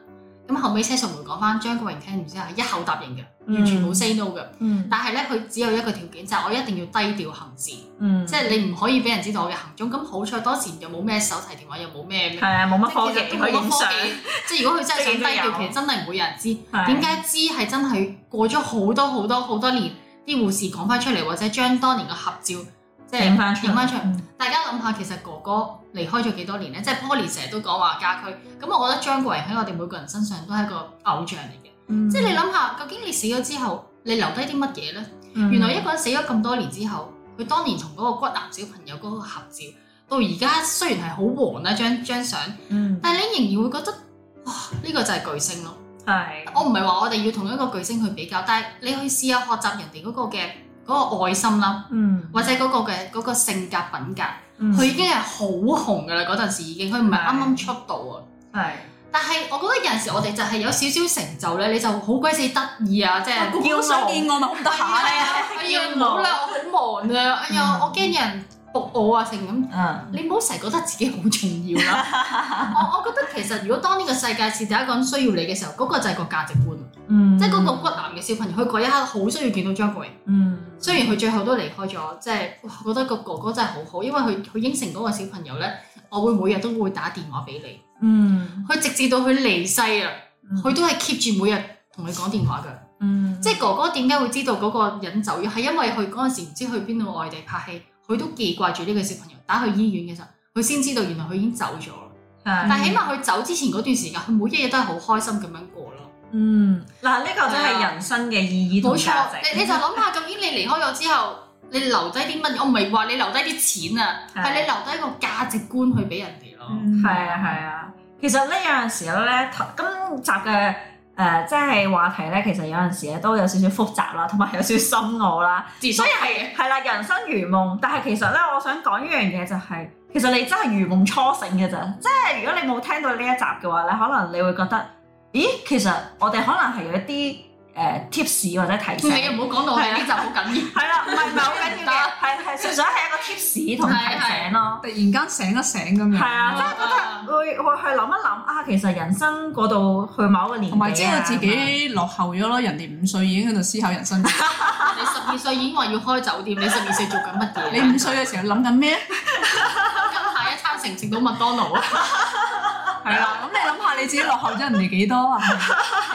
[SPEAKER 1] 咁後尾車淑梅講翻張國榮聽完之後係一口答應嘅，完全冇 say no 嘅。
[SPEAKER 3] 嗯
[SPEAKER 1] 但係咧佢只有一個條件，就係、我一定要低調行事，
[SPEAKER 3] 嗯，
[SPEAKER 1] 即係你唔可以俾人知道我嘅行蹤。咁好彩當時又冇咩手提電話，又冇咩咩
[SPEAKER 3] 係啊，冇乜
[SPEAKER 1] 即
[SPEAKER 3] 科
[SPEAKER 1] 係其
[SPEAKER 3] 技
[SPEAKER 1] 實都
[SPEAKER 3] 可以
[SPEAKER 1] 冇乜
[SPEAKER 3] 影相
[SPEAKER 1] 科，技，即係如果佢真係想低
[SPEAKER 3] 都
[SPEAKER 1] 調，
[SPEAKER 3] 影
[SPEAKER 1] 其
[SPEAKER 3] 得有
[SPEAKER 1] 實真係唔會有人知。
[SPEAKER 3] 係
[SPEAKER 1] 點解知係真係過咗好多好多好多年，啲護士講翻出嚟，或者將當年嘅合照即係
[SPEAKER 3] 影翻出嚟
[SPEAKER 1] 影翻出嚟。大家諗下，其實哥哥離開咗幾多年咧？即係 Poly 成日都講話家駒，咁我覺得張國榮喺我哋每個人身上都係一個偶像嚟嘅。
[SPEAKER 3] 嗯
[SPEAKER 1] 即係你諗下，究竟你死咗之後，你留低啲乜嘢咧？
[SPEAKER 3] 嗯
[SPEAKER 1] 原來一個人死咗咁多年之後，佢當年同嗰個骨癌小朋友嗰個合照，到而家雖然係好黃啦啊張張相。
[SPEAKER 3] 嗯
[SPEAKER 1] 但係你仍然會覺得哇，呢、個就係巨星咯。
[SPEAKER 3] 係
[SPEAKER 1] 我唔係話我哋要同一個巨星去比較，但係你去試下學習人哋嗰個嘅嗰、個愛心啦，
[SPEAKER 3] 嗯
[SPEAKER 1] 或者嗰個嘅嗰、個性格品格，
[SPEAKER 3] 嗯
[SPEAKER 1] 佢已經係好紅㗎啦。嗰陣時已經，佢唔係啱啱出道啊。
[SPEAKER 3] 係
[SPEAKER 1] 但係我覺得有陣時我哋就係有少少成就咧，你就好鬼死得意啊！即係
[SPEAKER 4] 個個都想見我咪好唔得閒
[SPEAKER 1] 哎
[SPEAKER 4] 咧。
[SPEAKER 1] 呀哎呀，唔好啦，我好忙啊！哎呀，我驚有人仆我啊，成咁。
[SPEAKER 3] 嗯，
[SPEAKER 1] 你唔好成日覺得自己好重要啦。我我覺得其實如果當呢個世界是第一個人需要你嘅時候，嗰、個就係個價值觀，
[SPEAKER 3] 嗯，
[SPEAKER 1] 即係嗰個骨男嘅小朋友，佢嗰一刻好需要見到張國榮。
[SPEAKER 3] 嗯，
[SPEAKER 1] 雖然佢最後都離開咗，即係哇，覺得個哥哥真係好好，因為佢佢應承嗰個小朋友咧，我會每日都會打電話俾你。
[SPEAKER 3] 嗯，
[SPEAKER 1] 佢直至到佢離世啊，佢都係 keep 住每日同你講電話㗎。
[SPEAKER 3] 嗯，
[SPEAKER 1] 即係哥哥點解會知道嗰個人走咗，係因為佢嗰陣時唔知去邊度外地拍戲，佢都記掛住呢個小朋友。打去醫院嘅時候，佢先知道原來佢已經走咗啦。但係起碼佢走之前嗰段時間，佢每一日都係好開心咁樣過咯。
[SPEAKER 3] 嗯，嗱呢個真係人生嘅意義同
[SPEAKER 1] 冇
[SPEAKER 3] 價
[SPEAKER 1] 錯
[SPEAKER 3] 值，，
[SPEAKER 1] 你你就諗下，究竟你離開咗之後，你留低啲乜嘢？我唔係話你留低啲錢啊，
[SPEAKER 3] 係
[SPEAKER 1] 係你留低一個價值觀去俾人哋咯。
[SPEAKER 4] 嗯
[SPEAKER 3] 係啊係啊，其實咧有陣時咧，頭今集嘅誒、呃即係話題咧，其實有陣時咧都有少少複雜啦，同埋有少少深奧啦。
[SPEAKER 1] 自
[SPEAKER 3] 所
[SPEAKER 1] 所
[SPEAKER 3] 以
[SPEAKER 1] 以
[SPEAKER 3] 係
[SPEAKER 1] 係
[SPEAKER 3] 係啦，人生如夢，但係其實咧，我想講一樣嘢就係、其實你真係如夢初醒嘅咋，即係如果你冇聽到呢一集嘅話咧，可能你會覺得，咦，其實我哋可能係有一啲誒、呃 tips 或者提醒。
[SPEAKER 1] 你唔好講到我
[SPEAKER 3] 啊
[SPEAKER 1] 哋呢集好緊 要。
[SPEAKER 3] 係啦，唔係唔係好緊要嘅，係係純粹係一個 tips 同提醒咯。
[SPEAKER 4] 突然間醒一醒咁樣，
[SPEAKER 3] 係啊，即係覺得會會去諗一諗啊，其實人生過到去某一個年紀啊
[SPEAKER 4] 同埋知道自己落後咗咯，人哋五歲已經喺度思考 人生，
[SPEAKER 1] 你十二歲已經話要開酒店，你十二歲做緊 乜嘢？啊
[SPEAKER 4] 你五歲嘅時候諗緊咩？
[SPEAKER 1] 今下一餐食唔食到麥當勞 啊？
[SPEAKER 4] 係啦，咁你諗下你自己落後咗人哋幾多啊？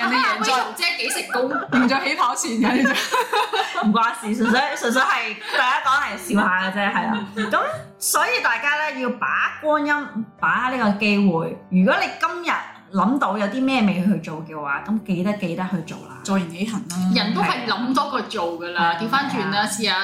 [SPEAKER 4] 人哋贏在
[SPEAKER 1] 即係幾成功。
[SPEAKER 4] 贏在起跑線嘅，你就
[SPEAKER 3] 唔關事，純粹純粹係大家講嚟笑下嘅啫，係啦。咁所以大家咧要把握光陰，把握呢個機會。如果你今日諗到有啲咩未去做嘅話，咁記得記得去做啦。
[SPEAKER 4] 坐言起行啦。
[SPEAKER 1] 人都係諗多過做㗎啦，調翻轉
[SPEAKER 3] 啊
[SPEAKER 1] 啦，試下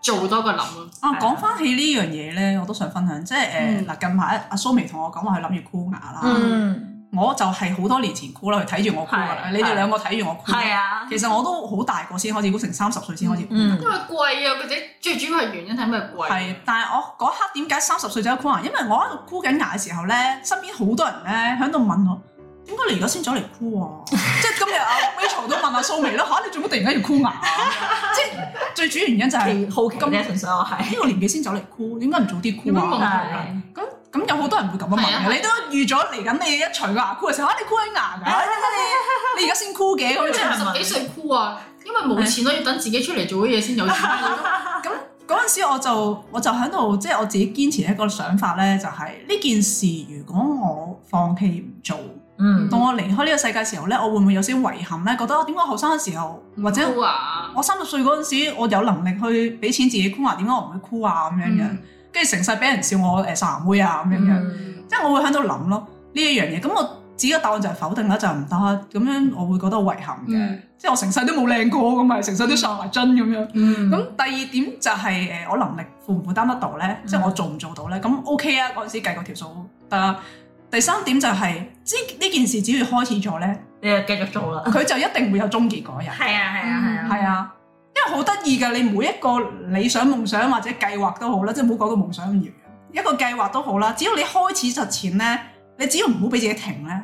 [SPEAKER 1] 做多過諗咯。
[SPEAKER 4] 啊，
[SPEAKER 3] 係
[SPEAKER 4] 講翻起呢樣嘢咧，我都想分享，即係誒
[SPEAKER 1] 嗯
[SPEAKER 4] 嗱，近排阿蘇眉同我講話佢諗住箍牙啦，
[SPEAKER 3] 嗯，
[SPEAKER 4] 我就係好多年前箍啦，佢睇住我箍噶啦，
[SPEAKER 3] 係
[SPEAKER 4] 你哋兩個睇住我箍。
[SPEAKER 3] 係啊，
[SPEAKER 4] 其實我都好大個先開始箍，成三十歲先開始箍。
[SPEAKER 3] 嗯
[SPEAKER 1] 因為貴啊，或者最主要係原因係咩貴？
[SPEAKER 4] 係，但係我嗰刻點解三十歲就有箍牙？因為我喺度箍緊牙嘅時候咧，身邊好多人咧喺度問我。點解你而家先走嚟箍啊？即係今日阿 Rachel 都問阿蘇眉啦嚇，你做乜突然間要箍牙啊？即係最主要原因就係呢
[SPEAKER 3] 奇好奇啫，純粹我係。
[SPEAKER 4] 個年紀先走嚟箍，點解唔早啲
[SPEAKER 1] 有
[SPEAKER 4] 箍
[SPEAKER 1] 乜
[SPEAKER 4] 啊
[SPEAKER 1] 問？
[SPEAKER 3] 係
[SPEAKER 4] 咁咁有好多人會咁樣問
[SPEAKER 1] 係啊
[SPEAKER 4] 嘅，
[SPEAKER 1] 係啊
[SPEAKER 4] 你都預咗嚟緊你一除個牙箍嘅時候，啊你箍緊牙㗎，你你而家先箍嘅咁
[SPEAKER 1] 即
[SPEAKER 4] 樣
[SPEAKER 1] 係十幾歲箍啊，因為冇錢咯，要等自己出嚟做嘅嘢先有錢。
[SPEAKER 4] 咁嗰陣時我就我就喺度，即係我自己堅持一個想法咧，就係、呢件事如果我放棄唔做，
[SPEAKER 3] 嗯
[SPEAKER 4] 到我離開呢個世界嘅時候咧，我會唔會有少少遺憾咧？覺得我點解我後生嘅時候，或者
[SPEAKER 3] 嗯
[SPEAKER 1] 箍啊，
[SPEAKER 4] 我三十歲嗰陣時，我有能力去俾錢自己箍牙，點解我唔去箍啊牙咁樣樣？跟住成世俾人笑我誒傻妹啊嗯咁樣樣。
[SPEAKER 3] 嗯
[SPEAKER 4] 即係我會喺度諗咯呢一樣嘢。咁我自己嘅答案就係否定啦，就係唔得。咁樣我會覺得好遺憾嘅，
[SPEAKER 1] 嗯
[SPEAKER 4] 即係我成世都冇靚過咁咪，成世都上埋真咁樣。
[SPEAKER 3] 嗯
[SPEAKER 4] 咁、第二點就係、誒，我能力負唔負擔得到
[SPEAKER 1] 嗯
[SPEAKER 4] 咧？即係我做唔做到咧？咁 OK 啊，嗰陣時計過條數得啦。第三點就係、即呢件事只要開始咗咧，
[SPEAKER 3] 你就繼續做
[SPEAKER 1] 啊
[SPEAKER 3] 啦。
[SPEAKER 4] 佢就一定會有終結嗰日。
[SPEAKER 3] 係啊係啊係啊。
[SPEAKER 4] 係啊，因為好得意㗎，你每一個理想、夢想或者計劃都好啦，即係唔好講到夢想咁遠，一個計劃都好啦，只要你開始實踐咧，你只要唔好俾自己停咧，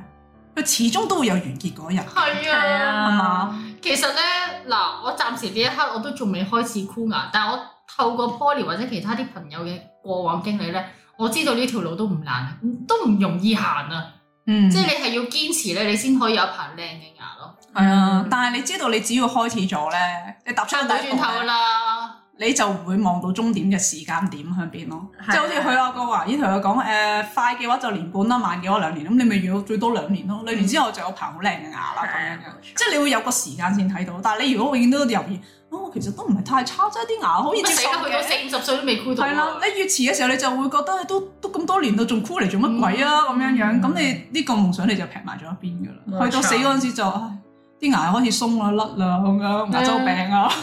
[SPEAKER 4] 佢始終都會有完結嗰日，
[SPEAKER 1] 係
[SPEAKER 3] 係
[SPEAKER 1] 啊。
[SPEAKER 4] 係
[SPEAKER 3] 啊，
[SPEAKER 4] 嘛？
[SPEAKER 1] 其實咧，嗱，我暫時呢一刻我都仲未開始箍牙，但係我透過 Poly 或者其他啲朋友嘅過往經歷咧，我知道呢條路都唔難，都唔容易行啊。
[SPEAKER 4] 嗯，
[SPEAKER 1] 即
[SPEAKER 4] 即係
[SPEAKER 1] 係你係要堅持咧，你先可以有一排靚嘅牙咯。
[SPEAKER 4] 係啊，但係你知道你只要開始咗咧，你踏出
[SPEAKER 1] 唱
[SPEAKER 4] 第
[SPEAKER 1] 到
[SPEAKER 4] 一
[SPEAKER 1] 轉
[SPEAKER 4] 步
[SPEAKER 1] 頭
[SPEAKER 4] 呢，
[SPEAKER 1] 啦，
[SPEAKER 4] 你就會望到終點嘅時間點向邊咯。
[SPEAKER 3] 係
[SPEAKER 4] 即係好似佢阿哥話，依同佢講誒快嘅話就年半啦，慢嘅話兩年，咁你咪要最多兩年咯。兩年之後就有排好靚嘅牙啦咁樣樣。即係你會有個時間先睇到。但係你如果永遠都猶豫，哦，其實都唔係太差啫，啲牙可以
[SPEAKER 1] 乜
[SPEAKER 4] 接
[SPEAKER 1] 死
[SPEAKER 4] 受
[SPEAKER 1] 啦！去到四
[SPEAKER 4] 嘅。
[SPEAKER 1] 五十歲都未箍到。啊
[SPEAKER 4] 係啦，你越遲嘅時候你就會覺得都都咁多年到仲箍嚟做乜鬼啊咁樣樣，咁你呢個夢想你就劈埋咗一邊噶啦。
[SPEAKER 3] 冇錯
[SPEAKER 4] 去到死嗰陣時就唉，啲牙開始鬆啦、甩啦咁樣，牙周病啊。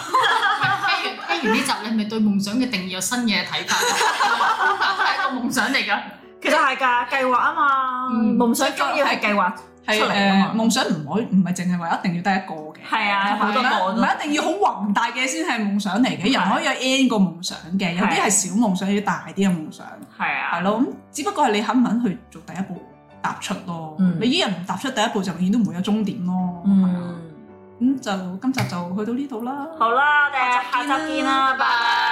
[SPEAKER 1] 聽完聽完呢集，你係咪對夢想嘅定義有新嘅睇法？ 係一個夢想嚟㗎。
[SPEAKER 3] 其實係㗎，計劃啊嘛，
[SPEAKER 1] 嗯
[SPEAKER 3] 夢想重要係計劃。
[SPEAKER 4] 係
[SPEAKER 3] 出
[SPEAKER 4] 誒
[SPEAKER 3] 嚟㗎嘛
[SPEAKER 4] 夢想唔可以唔係淨係話一定要得一個嘅，
[SPEAKER 3] 係啊
[SPEAKER 4] 同
[SPEAKER 3] 有
[SPEAKER 4] 埋
[SPEAKER 3] 好多個
[SPEAKER 4] 唔
[SPEAKER 3] 都
[SPEAKER 4] 係一定要好宏大嘅先係夢想嚟嘅，人
[SPEAKER 3] 係
[SPEAKER 4] 可以有 N 個夢想嘅，有啲
[SPEAKER 3] 係
[SPEAKER 4] 係小夢想，有啲大啲嘅夢想，
[SPEAKER 3] 係啊
[SPEAKER 4] 係咯，咁只不過係你肯唔肯去做第一步踏出咯。
[SPEAKER 3] 嗯
[SPEAKER 4] 你依然唔踏出第一步，就永遠都唔會有終點咯。係啊
[SPEAKER 3] 嗯，
[SPEAKER 4] 咁就今集就去到呢度啦。
[SPEAKER 3] 好啦，我哋下集見啦，拜
[SPEAKER 1] 拜
[SPEAKER 3] 拜。